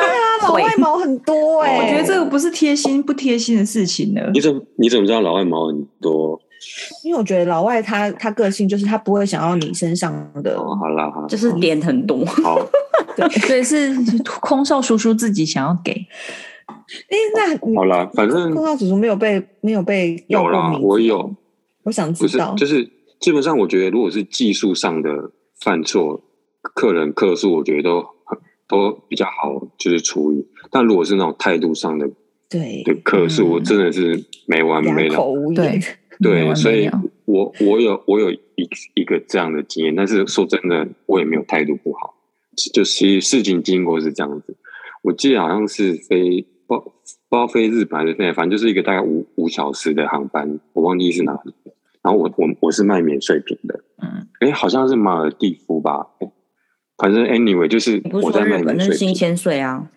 Speaker 2: 他老外毛很多哎、
Speaker 4: 我
Speaker 3: 我觉得这个不是贴心不贴心的事情了
Speaker 4: 你。怎么你怎么知道老外毛很多？
Speaker 2: 因为我觉得老外他他个性就是他不会想要你身上的，
Speaker 4: 哦，好啦，好啦
Speaker 1: 就是点很多。
Speaker 4: 好，
Speaker 3: 所以是空少叔叔自己想要给，
Speaker 2: 哎、那你
Speaker 4: 哦好啦，反正
Speaker 2: 空少叔叔没有被没有被要
Speaker 4: 有
Speaker 2: 过
Speaker 4: 啦
Speaker 2: 名，字
Speaker 4: 我有，
Speaker 2: 我想
Speaker 4: 不
Speaker 2: 知
Speaker 4: 是
Speaker 2: 道，
Speaker 4: 就是基本上我觉得如果是技术上的犯错，客人客诉，我觉得都很都比较好，就是处理。但如果是那种态度上的
Speaker 2: 对
Speaker 4: 的客诉，
Speaker 3: 嗯
Speaker 4: 真的是没完
Speaker 2: 哑
Speaker 4: 没了。
Speaker 2: 口无 [LAUGHS] 言，
Speaker 1: 啊
Speaker 3: 没
Speaker 4: 对，
Speaker 3: 完
Speaker 4: 所
Speaker 3: 没
Speaker 4: 以
Speaker 3: 了
Speaker 4: 我我有我有一一个这样的经验，但是说真的，我也没有态度不好，就其实事情经过是这样子。我记得好像是飞不不知道飞日本还是飞哪，反正就是一个大概五五小时的航班，我忘记是哪里。然后我我我是卖免税品的，
Speaker 3: 嗯，
Speaker 4: 哎，好像是马尔蒂夫吧，诶反正 anyway 就是
Speaker 1: 你不
Speaker 4: 我
Speaker 1: 是说
Speaker 4: 在卖
Speaker 1: 日本
Speaker 4: 免
Speaker 1: 那是
Speaker 4: 税
Speaker 1: 新
Speaker 4: 品，
Speaker 1: 千岁啊？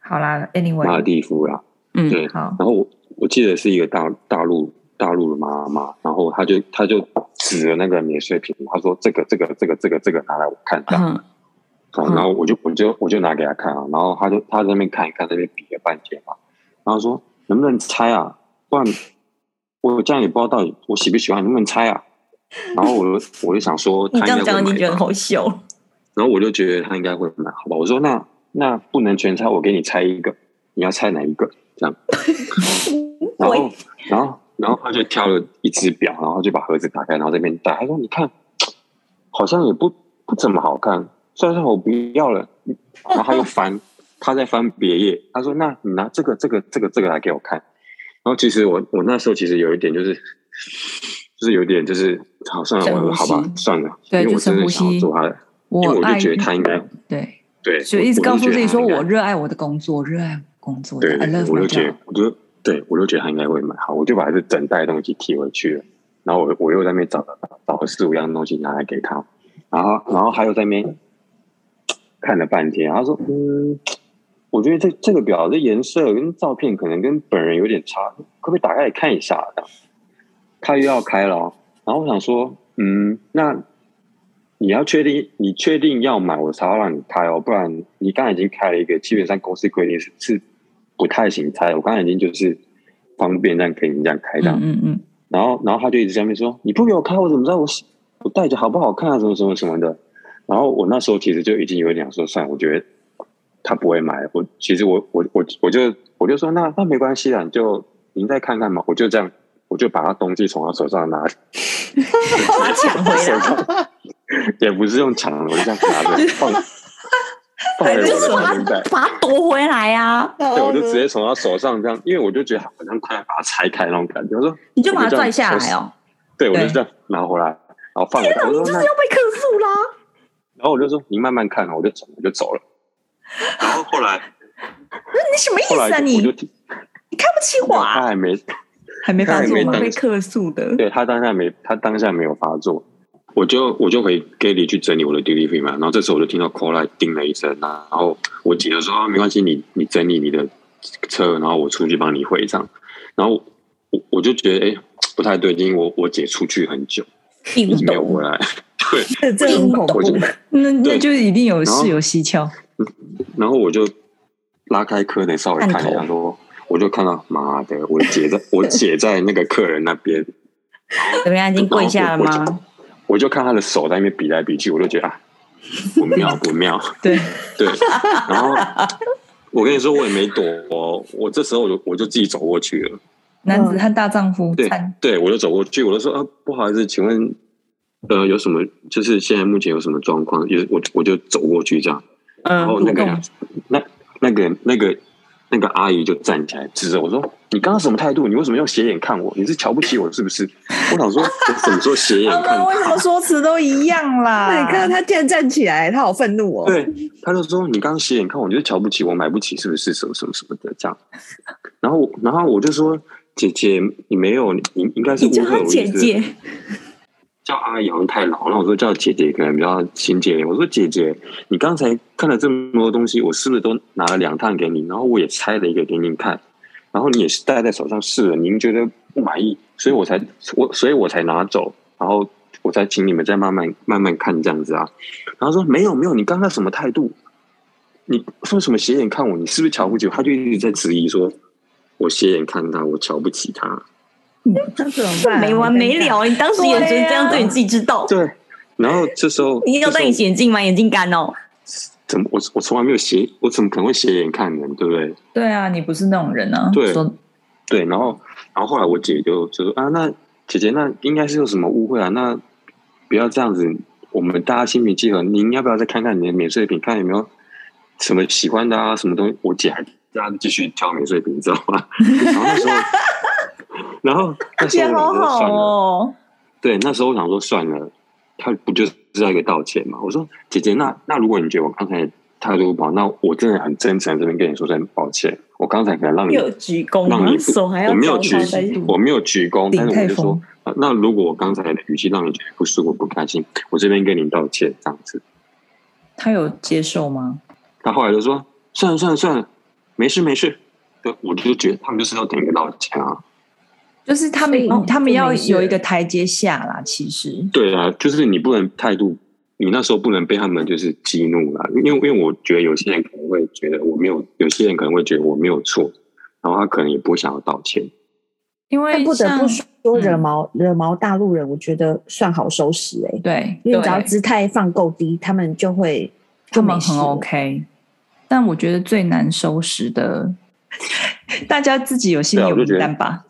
Speaker 3: 好啦
Speaker 4: 马尔
Speaker 3: ，anyway，
Speaker 4: 蒂夫啦，
Speaker 1: 嗯
Speaker 4: 对，
Speaker 3: 好，
Speaker 4: 然后我我记得是一个大大陆大陆的妈妈，然后她就她就指了那个免税品，她说这个这个这个这个这个拿来我看一下，
Speaker 1: 嗯，
Speaker 4: 好然后我就我就我就拿给她看啊，然后她就她在那边看一看，在那边比了半天嘛，然后说能不能猜啊？不然我这样也不知道到底我喜不喜欢，能不能猜啊？然后我就我就想说，
Speaker 1: 你
Speaker 4: 她
Speaker 1: 这
Speaker 4: 应
Speaker 1: 样
Speaker 4: 该会
Speaker 1: 讲已经
Speaker 4: 买
Speaker 1: 觉得很
Speaker 4: 吧，
Speaker 1: 好笑了。
Speaker 4: 然后我就觉得她应该会买，好吧？我说那那不能全猜，我给你猜一个，你要猜哪一个？这
Speaker 3: [LAUGHS]
Speaker 4: 样。然后，然后，然后他就挑了一只表，然后就把盒子打开，然后这边戴。他说：“你看，好像也不不怎么好看，算算我不要了。”然后他又翻，他在翻别页。他说：“那你拿这个、这个、这个、这个来给我看。”然后其实我我那时候其实有一点就是，就是有点就是，好算了，
Speaker 1: 深
Speaker 4: 我
Speaker 1: 呼
Speaker 4: 好吧
Speaker 1: 吸，
Speaker 4: 算了，因
Speaker 3: 对
Speaker 4: 为
Speaker 3: 就
Speaker 4: 我真
Speaker 3: 深
Speaker 4: 的
Speaker 3: 呼
Speaker 4: 想要
Speaker 3: 吸
Speaker 4: 做他的，因为
Speaker 3: 我
Speaker 4: 我
Speaker 3: 爱
Speaker 4: 就觉得他应该
Speaker 3: 对，
Speaker 4: 对，
Speaker 3: 就
Speaker 4: 我
Speaker 3: 一直
Speaker 4: 我就
Speaker 3: 告诉
Speaker 4: 觉得
Speaker 3: 自己
Speaker 4: 他
Speaker 3: 说
Speaker 4: 应该
Speaker 3: 我热爱我的工作，热爱工作
Speaker 4: 对
Speaker 3: ，I
Speaker 4: 对，对
Speaker 3: love
Speaker 4: 我
Speaker 3: my
Speaker 4: 就觉
Speaker 3: job
Speaker 4: 得。，我就对我就觉得他应该会买，好，我就把这整袋东西提回去了，然后我我又在那边找找了四五样东西拿来给他，然后然后还有在那边看了半天，他说嗯，我觉得这这个表这颜色跟照片可能跟本人有点差，可不可以打开来看一下？这样他又要开了哦，然后我想说嗯，那。你要确定，你确定要买，我才要让你开哦，不然你刚才已经开了一个，基本上公司规定是是不太行猜。我刚才已经就是方便这样给你这样开这样，
Speaker 3: 嗯嗯嗯，
Speaker 4: 然后然后他就一直在那边说：“你不给我开，我怎么知道我喜我戴着好不好看啊？什么什么什么的。”然后我那时候其实就已经有点想说，算了，我觉得他不会买。我其实我我我我就我就说那那没关系啦，你就您再看看嘛。我就这样，我就把他东西从他
Speaker 1: [LAUGHS]
Speaker 4: 手上拿，
Speaker 1: 把它抢回来，
Speaker 4: [LAUGHS] 也不是用抢的，我就这样拿着
Speaker 1: [LAUGHS]
Speaker 4: 放放在
Speaker 1: 就
Speaker 4: 我的
Speaker 1: 是把
Speaker 4: 保温袋
Speaker 1: 它。把它夺回来呀！
Speaker 2: 然
Speaker 4: 对，
Speaker 2: 后
Speaker 4: 我就
Speaker 2: 呢
Speaker 4: 直接从他手上这样，因为我就觉得好像快要把它拆开那种感觉。我说，
Speaker 1: 你就把它拽下来哦。
Speaker 4: 对，我就
Speaker 3: 对
Speaker 4: 这样拿回来，然后放了。我说
Speaker 1: 你就是
Speaker 4: 那，
Speaker 1: 要被克诉啦！
Speaker 4: 然后我就说你慢慢看啊，我就走，我就走了。 [LAUGHS] 然后
Speaker 1: [LAUGHS]
Speaker 4: 后来，
Speaker 1: 你什么意
Speaker 4: 后来
Speaker 1: 思啊
Speaker 4: 就我就
Speaker 1: 你？
Speaker 4: 听，
Speaker 1: 你看不起我
Speaker 4: 他
Speaker 1: 啊？
Speaker 4: 还没，
Speaker 3: 还没发
Speaker 4: 他
Speaker 3: 作
Speaker 4: 还没
Speaker 3: 吗
Speaker 4: 当？
Speaker 1: 被克诉的。 [LAUGHS]
Speaker 4: 对他当下没，他当下没有发作，我就我就回 g a l y 去整理我的 delivery 嘛。然后这时候我就听到 call light 叮了一声，啊然后我姐就说、啊、没关系，你你整理你的车，然后我出去帮你回账。然后我我就觉得哎、不太对劲，我我姐出去很久。
Speaker 1: 听
Speaker 4: 一直没有
Speaker 1: 懂
Speaker 4: 回来。
Speaker 2: 这这很恐
Speaker 4: [LAUGHS] 我就
Speaker 2: [LAUGHS] 怖，
Speaker 3: 那那
Speaker 4: 对
Speaker 3: 就一定有
Speaker 4: 然后
Speaker 3: 事有蹊跷。
Speaker 4: 然后我就拉开客人稍微看一下，
Speaker 1: 探
Speaker 4: 说我就看到妈的，我
Speaker 1: [LAUGHS]
Speaker 4: 姐在我姐在那个客人那边，
Speaker 1: 怎么样？已经跪下了
Speaker 4: 然后
Speaker 1: 吗？
Speaker 4: 我就看她的手在那边比来比去，我就觉
Speaker 1: [LAUGHS]
Speaker 4: 得啊，不妙不妙。
Speaker 3: 对，
Speaker 4: 对，然后我跟你说，我也没躲哦，我这时候我就我就自己走过去了。
Speaker 3: 男子汉大丈夫，
Speaker 4: 对
Speaker 3: 赞
Speaker 4: 对，我就走过去，我就说啊，不好意思，请问呃有什么？就是现在目前有什么状况？有我我就走过去这样，然后
Speaker 1: 嗯，
Speaker 4: 那个
Speaker 3: 嗯
Speaker 4: 那那个那个那个阿姨就站起来指着我说：“你刚刚什么态度？你为什么用斜眼看我？你是瞧不起我是不是？”我想说，我什么时候斜眼
Speaker 3: 他 [LAUGHS]
Speaker 4: 看
Speaker 3: 们为什么
Speaker 4: 他？
Speaker 3: 说辞都一样啦？
Speaker 2: 对，看到他竟然站起来，他好愤怒哦。
Speaker 4: 对，他就说：“你刚刚斜眼看我，你就是瞧不起我，买不起是不是？什么什么什么的这样。”然后我然后我就说：“姐姐，你没有，你应该是
Speaker 1: 你
Speaker 4: 误
Speaker 1: 叫
Speaker 4: 会
Speaker 1: 她
Speaker 4: 我
Speaker 1: 姐
Speaker 4: 意思。”
Speaker 1: 姐，
Speaker 4: 叫阿姨好像太老，那我说叫姐姐可能比较亲切一点。我说姐姐，你刚才看了这么多东西，我是不是都拿了两趟给你？然后我也拆了一个给你看，然后你也是戴在手上试了，您觉得不满意，所以我才我所以我才拿走，然后我才请你们再慢慢慢慢看这样子啊。然后说没有没有，你刚才什么态度？你说什么斜眼看我？你是不是瞧不起我？他就一直在质疑说，我斜眼看他，我瞧不起他。
Speaker 2: 那怎么
Speaker 1: [LAUGHS]
Speaker 2: 办？
Speaker 1: 没完没了。
Speaker 2: 好尴尬。
Speaker 1: 你当时眼神这样
Speaker 2: 啊
Speaker 1: 对你自己知道，
Speaker 4: 对，然后这时候
Speaker 1: 你要
Speaker 4: 这时
Speaker 1: 戴
Speaker 4: 候
Speaker 1: 隐形眼镜吗？眼镜干哦。
Speaker 4: 怎么我我从来没有斜，我怎么可能会斜眼看人，对不对？
Speaker 3: 对啊，你不是那种人啊。
Speaker 4: 对
Speaker 3: 说
Speaker 4: 对，然后然后后来我姐就就说啊，那姐姐那应该是有什么误会啊，那不要这样子，我们大家心平气和，您要不要再看看你的免税品，看有没有什么喜欢的啊，什么东西？我姐还大家继续挑免税品，你知道吗？ [LAUGHS] 然后那时候，然后那时
Speaker 1: 也
Speaker 4: 候我
Speaker 1: 好
Speaker 4: 想说
Speaker 1: 好
Speaker 4: 算了，
Speaker 1: 哦，
Speaker 4: 对，那时候我想说算了，他不就是要一个道歉嘛？我说姐姐，那那如果你觉得我刚才态度不好，那我真的很真诚，这边跟你说声抱歉，我刚才可能让你
Speaker 1: 又有鞠躬
Speaker 4: 让
Speaker 1: 吗
Speaker 4: 你？
Speaker 1: 手还要
Speaker 4: 我没有
Speaker 1: 交
Speaker 4: 鞠
Speaker 1: 叉在一起
Speaker 4: 我没有鞠躬，
Speaker 3: 顶
Speaker 4: 但是我
Speaker 3: 泰
Speaker 4: 就说
Speaker 3: 丰，
Speaker 4: 啊那如果我刚才的语气让你觉得不舒服、不开心，我这边跟你道歉这样子。
Speaker 3: 他有接受吗？
Speaker 4: 他后来就说算了算了算了，没事没事。对，我就觉得他们就是要等一个道歉啊。
Speaker 3: 就是他们哦
Speaker 1: 所以
Speaker 3: 他们要
Speaker 1: 就没事
Speaker 3: 有一个台阶下啦。其实
Speaker 4: 对啊，就是你不能态度，你那时候不能被他们就是激怒啦，因为因为我觉得有些人可能会觉得我没有，有些人可能会觉得我没有错，然后他可能也不会想要道歉。
Speaker 3: 因为
Speaker 2: 但不得
Speaker 3: 像
Speaker 2: 不说，惹
Speaker 3: 嗯
Speaker 2: 毛惹毛大陆人，我觉得算好收拾哎，
Speaker 3: 对，
Speaker 2: 因为只要
Speaker 3: 对
Speaker 2: 姿态放够低，他们就会
Speaker 3: 他
Speaker 2: 就
Speaker 3: 们
Speaker 2: 没事
Speaker 3: 很
Speaker 2: 了
Speaker 3: OK，但我觉得最难收
Speaker 1: [LAUGHS]
Speaker 3: 拾的，大家自己有心里
Speaker 4: 对啊
Speaker 3: 有
Speaker 4: 我就
Speaker 3: 名
Speaker 4: 觉得
Speaker 3: 单吧。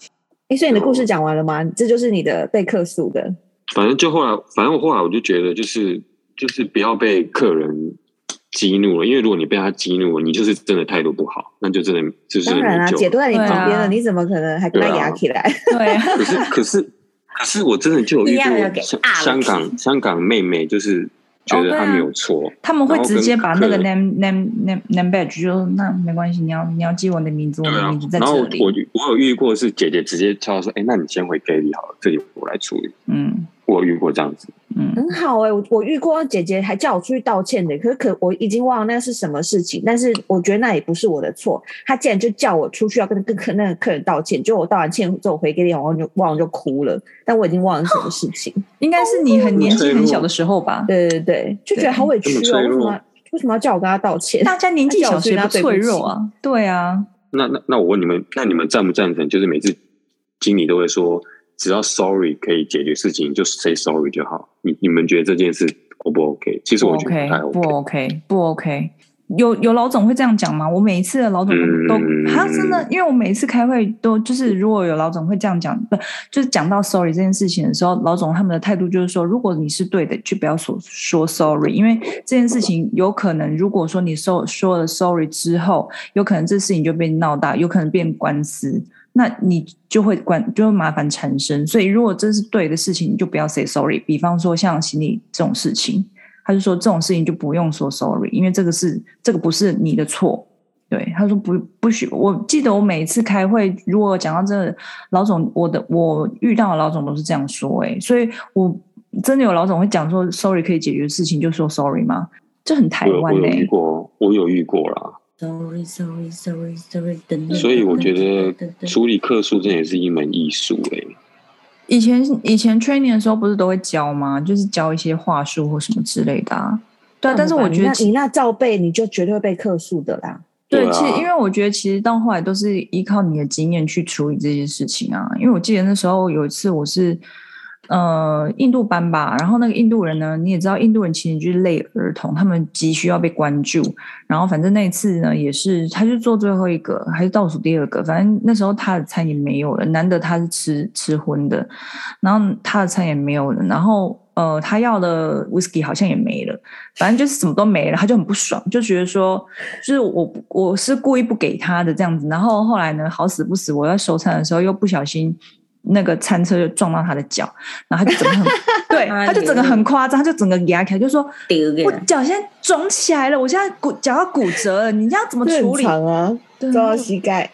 Speaker 2: 哎，所以你的故
Speaker 3: 嗯
Speaker 2: 事讲完了吗？这就是你的被客诉的，
Speaker 4: 反正就后来，反正我后来我就觉得，就是就是不要被客人激怒了，因为如果你被他激怒了，你就是真的态度不好，那就真的就是
Speaker 2: 当然啦、
Speaker 4: 没救了
Speaker 2: 姐都在你
Speaker 3: 对啊
Speaker 2: 旁边了，你怎么可能还跟他
Speaker 4: 对啊
Speaker 2: 牙起来？
Speaker 3: 对啊，
Speaker 4: 可是可是可是我真的就有遇
Speaker 1: 一样要给
Speaker 4: 过香
Speaker 1: 啊
Speaker 4: 香港香港妹妹，就是觉
Speaker 3: 哦
Speaker 4: 得
Speaker 3: 对啊
Speaker 4: 她没有错。
Speaker 3: 他们会直接把那个
Speaker 4: 然后
Speaker 3: name name name name badge 就那没关系，你要你要记我的名字，我
Speaker 4: 对
Speaker 3: 的
Speaker 4: 啊
Speaker 3: 名嗯字，在
Speaker 4: 然后
Speaker 3: 这
Speaker 4: 我我
Speaker 3: 里。
Speaker 4: 我有遇过是姐姐直接叫她说，哎、那你先回给你好了，这里我来处理。
Speaker 3: 嗯
Speaker 4: 我有遇过这样子，
Speaker 3: 嗯，
Speaker 2: 很好哎、我我遇过姐姐还叫我出去道歉的，可是可我已经忘了那是什么事情，但是我觉得那也不是我的错，她竟然就叫我出去要跟跟客那个客人道歉，就我道完歉之后我回给你，我就忘了就哭了，但我已经忘了什么事情，
Speaker 3: 应该是你很年纪
Speaker 4: 脆弱
Speaker 3: 很小的时候吧。
Speaker 2: 对对对，就觉得好委屈
Speaker 4: 这
Speaker 2: 哦，为什
Speaker 4: 么脆弱
Speaker 2: 么为什么要叫我跟她道歉？
Speaker 3: 大家年纪小谁
Speaker 2: 那
Speaker 3: 不
Speaker 2: 叫我去
Speaker 3: 脆弱啊？对啊，
Speaker 4: 那那那我问你们，那你们赞不赞成？就是每次经理都会说，只要 sorry 可以解决事情，就 say sorry 就好。你你们觉得这件事 O 不 OK？其实
Speaker 3: 不
Speaker 4: 我觉得不太
Speaker 3: OK，不 OK，不 OK。有有老总会这样讲吗？我每一次的老总都、
Speaker 4: 嗯
Speaker 3: 他真的，因为我每一次开会都就是，如果有老总会这样讲，不就是讲到 sorry 这件事情的时候，老总他们的态度就是说，如果你是对的，就不要说说 sorry，因为这件事情有可能，如果说你说说了 sorry 之后，有可能这事情就被闹大，有可能变官司，那你就会关就会麻烦缠身。所以如果这是对的事情，你就不要 say sorry。比方说像行李这种事情，他就说这种事情就不用说 sorry，因为这个是这个不是你的错。对，他说不不许。我记得我每一次开会，如果讲到这个老总，我的我遇到的老总都是这样说、欸，所以我真的有老总会讲说 sorry 可以解决事情，就说 sorry 吗？这很台
Speaker 4: 我有我
Speaker 3: 湾
Speaker 4: 有
Speaker 3: 哎、
Speaker 4: 遇过，我有遇过啦。
Speaker 1: Sorry, sorry, sorry, sorry。等等
Speaker 4: 所以我觉得处理客诉这也是一门艺术欸诶。
Speaker 3: 以前以前 training 的时候不是都会教吗？就是教一些话术或什么之类的啊。对啊，但是我觉
Speaker 2: 你
Speaker 3: 得
Speaker 2: 那
Speaker 3: 其
Speaker 2: 你那罩杯你就绝对会被客诉的啦。
Speaker 3: 对，
Speaker 4: 对啊
Speaker 3: 其实因为我觉得其实到后来都是依靠你的经验去处理这些事情啊。因为我记得那时候有一次我是呃印度班吧，然后那个印度人呢，你也知道印度人其实就是类儿童，他们急需要被关注。然后反正那一次呢，也是他就做最后一个还是倒数第二个，反正那时候他的餐也没有了，难得他是吃吃荤的，然后他的餐也没有了，然后呃，他要的 whisky 好像也没了，反正就是什么都没了，他就很不爽，就觉得说，就是我不我是故意不给他的这样子。然后后来呢，好死不死，我在收餐的时候又不小心。那个餐车就撞到他的脚，然后他就整个很对，他就整个很夸张，他就整个压起来，就说
Speaker 1: 丢
Speaker 3: 我
Speaker 1: 脸，
Speaker 3: 脚现在肿起来了，我现在骨脚要骨折了，你要怎么
Speaker 2: 这
Speaker 3: 哦处
Speaker 2: 很
Speaker 3: 理？嗯
Speaker 2: 长啊，
Speaker 3: 对
Speaker 2: 撞到膝盖，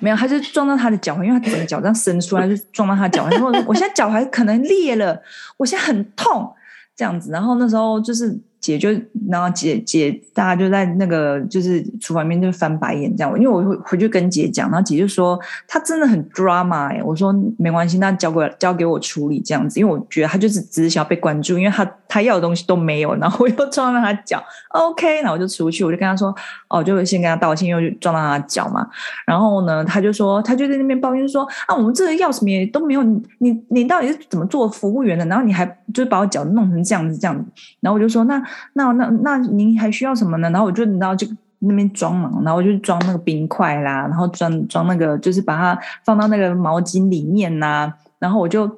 Speaker 3: 没有，他就撞到他的脚踝，因为他整个脚这样伸出来，就撞到他的脚踝。然后我说：“我现在脚踝可能裂了，我现在很痛。”这样子，然后那时候就是姐就，然后姐姐大家就在那个就是厨房里面就翻白眼这样。因为我回回去跟姐讲，然后姐就说她真的很 drama 哎、我说没关系，那交给交给我处理这样子，因为我觉得她就是只是想要被关注，因为她她要的东西都没有，然后我又撞到她脚，OK，然后我就出去，我就跟她说哦，就先跟她道歉，因为我就撞到她脚嘛。然后呢，他就说，他就在那边抱怨说啊，我们这个要什么也都没有，你你你到底是怎么做服务员的？然后你还就是把我脚弄成这样子这样子。然后我就说，那那那那您还需要什么呢？然后我就你知道就那边装嘛，然后我就装那个冰块啦，然后装装那个就是把它放到那个毛巾里面呐、然后我就。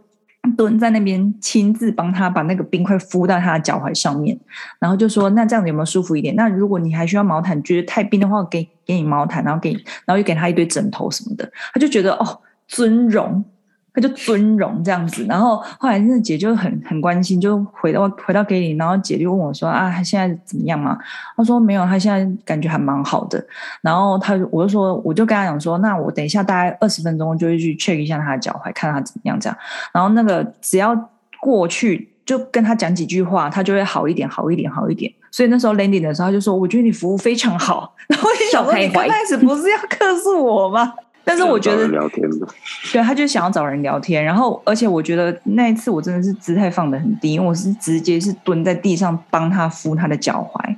Speaker 3: 蹲在那边亲自帮他把那个冰块敷到他的脚踝上面，然后就说那这样子有没有舒服一点？那如果你还需要毛毯，觉得太冰的话，我给给你毛毯，然后给你然后就给他一堆枕头什么的，他就觉得哦尊荣，他就尊荣这样子。然后后来那姐就很很关心，就回到回到给你，然后姐就问我说啊，他现在怎么样嘛？他说没有，他现在感觉还蛮好的。然后他我就说，我就跟他讲说，那我等一下大概二十分钟就会去 check 一下他的脚踝，看他怎么样这样。然后那个只要过去就跟他讲几句话，他就会好一点，好一点，好一点。所以那时候 landing 的时候，他就说：“我觉得你服务非常好。” [LAUGHS] 然后我就想
Speaker 1: 小
Speaker 3: 说：“
Speaker 1: 开
Speaker 3: 你
Speaker 1: 怀
Speaker 3: 刚开始不是要 [LAUGHS] 克诉我吗？”但是我觉
Speaker 4: 找
Speaker 3: 得
Speaker 4: 人，聊天的，
Speaker 3: 对，他就想要找人聊天。然后，而且我觉得那一次我真的是姿态放得很低，因为我是直接是蹲在地上帮他敷他的脚踝。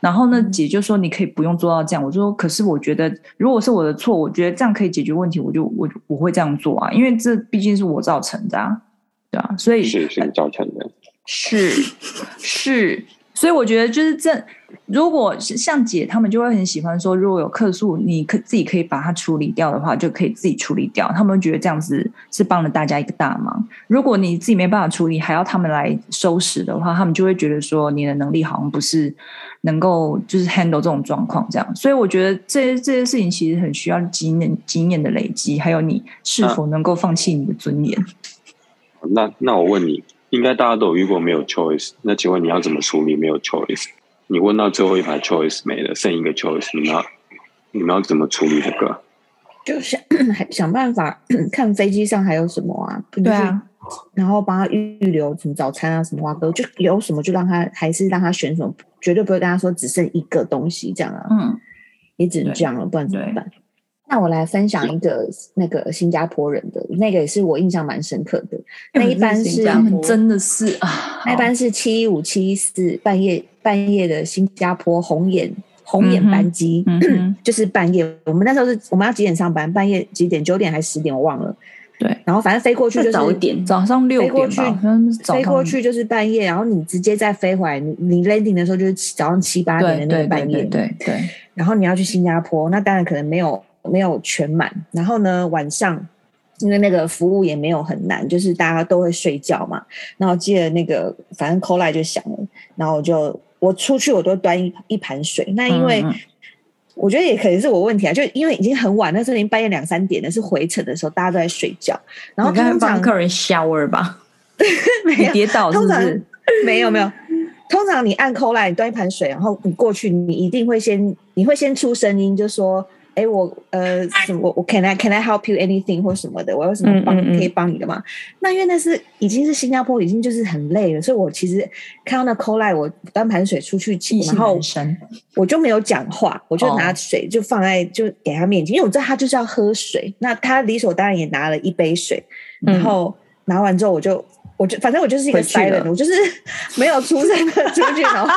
Speaker 3: 然后
Speaker 4: 嗯
Speaker 3: 呢，姐就说你可以不用做到这样。我说，可是我觉得如果是我的错，我觉得这样可以解决问题，我就我就我会这样做啊，因为这毕竟是我造成的啊，对啊，所以
Speaker 4: 是是你造成的。
Speaker 3: 是是，所以我觉得就是这，如果是像姐他们就会很喜欢说，如果有客诉，你可自己可以把它处理掉的话，就可以自己处理掉。他们觉得这样子是帮了大家一个大忙。如果你自己没办法处理，还要他们来收拾的话，他们就会觉得说你的能力好像不是能够就是 handle 这种状况这样。所以我觉得这这些事情其实很需要经验经验的累积，还有你是否能够放弃你的尊严。嗯
Speaker 4: 那那我问你，应该大家都有遇过没有 choice，那请问你要怎么处理没有 choice？你问到最后一排 choice 没了，剩一个 choice，你们要你们要怎么处理这个？
Speaker 2: 就是还想 [COUGHS] 办法看飞机上还有什么啊？不
Speaker 3: 对啊，
Speaker 2: 然后帮他预留什么早餐啊，什么花哥，就有什么就让他还是让他选什么，绝对不会跟他说只剩一个东西这样啊，
Speaker 3: 嗯，
Speaker 2: 也只能这样了，不然怎么办？那我来分享一个那个新加坡人的，那个也是我印象蛮深刻的。那一
Speaker 3: [LAUGHS]
Speaker 2: 般是
Speaker 3: 他们真的是啊，
Speaker 2: 那一般是七一五七一四半夜半夜的新加坡红眼红眼班机，
Speaker 3: 嗯哼
Speaker 2: 就是半夜。我们那时候是我们要几点上班？半夜几点？九点还是十点？我忘了。
Speaker 3: 对，
Speaker 2: 然后反正飞过去就
Speaker 1: 再
Speaker 2: 是
Speaker 1: 早一点，
Speaker 3: 早上六点吧，好像是早上
Speaker 2: 飞过去就是半夜，然后你直接再飞回来，你你 landing 的时候就是早上七八点的
Speaker 3: 对
Speaker 2: 那
Speaker 3: 对
Speaker 2: 个半
Speaker 3: 对
Speaker 2: 夜，
Speaker 3: 对对对，
Speaker 2: 然后你要去新加坡，那当然可能没有没有全满，然后呢晚上。因为那个服务也没有很难，就是大家都会睡觉嘛。然后记得那个，反正 call 来就响了，然后我就我出去我都端一一盘水。那因为
Speaker 3: 嗯嗯
Speaker 2: 我觉得也可能是我问题啊，就因为已经很晚，那时候已经半夜两三点了，是回程的时候大家都在睡觉。然后
Speaker 1: 你该
Speaker 2: 通
Speaker 1: 帮
Speaker 2: 常
Speaker 1: 客人 shower 吧？
Speaker 2: 没
Speaker 3: 你
Speaker 2: 有
Speaker 3: 跌倒是
Speaker 2: 通
Speaker 3: 不
Speaker 2: 常
Speaker 3: 是？
Speaker 2: 没有没有，通常你按扣 l 你端一盘水，然后你过去，你一定会先，你会先出声音，就说，哎，我呃，什么，我我 can I can I help you anything 或什么的，我有什么帮
Speaker 1: 嗯嗯嗯
Speaker 2: 可以帮你的吗？那因为那是已经是新加坡，已经就是很累了，所以我其实看到那扣 l 我端盘水出去，
Speaker 3: 意兴
Speaker 2: 然后
Speaker 3: 阑珊，
Speaker 2: 我就没有讲话，我就
Speaker 3: 哦
Speaker 2: 拿水就放在就给他面前，因为我知道他就是要喝水，那他理所当然也拿了一杯水，
Speaker 1: 嗯
Speaker 2: 然后拿完之后我就。我就反正我就是一个
Speaker 1: 回去了
Speaker 2: silent，我就是没有出声的出去，然后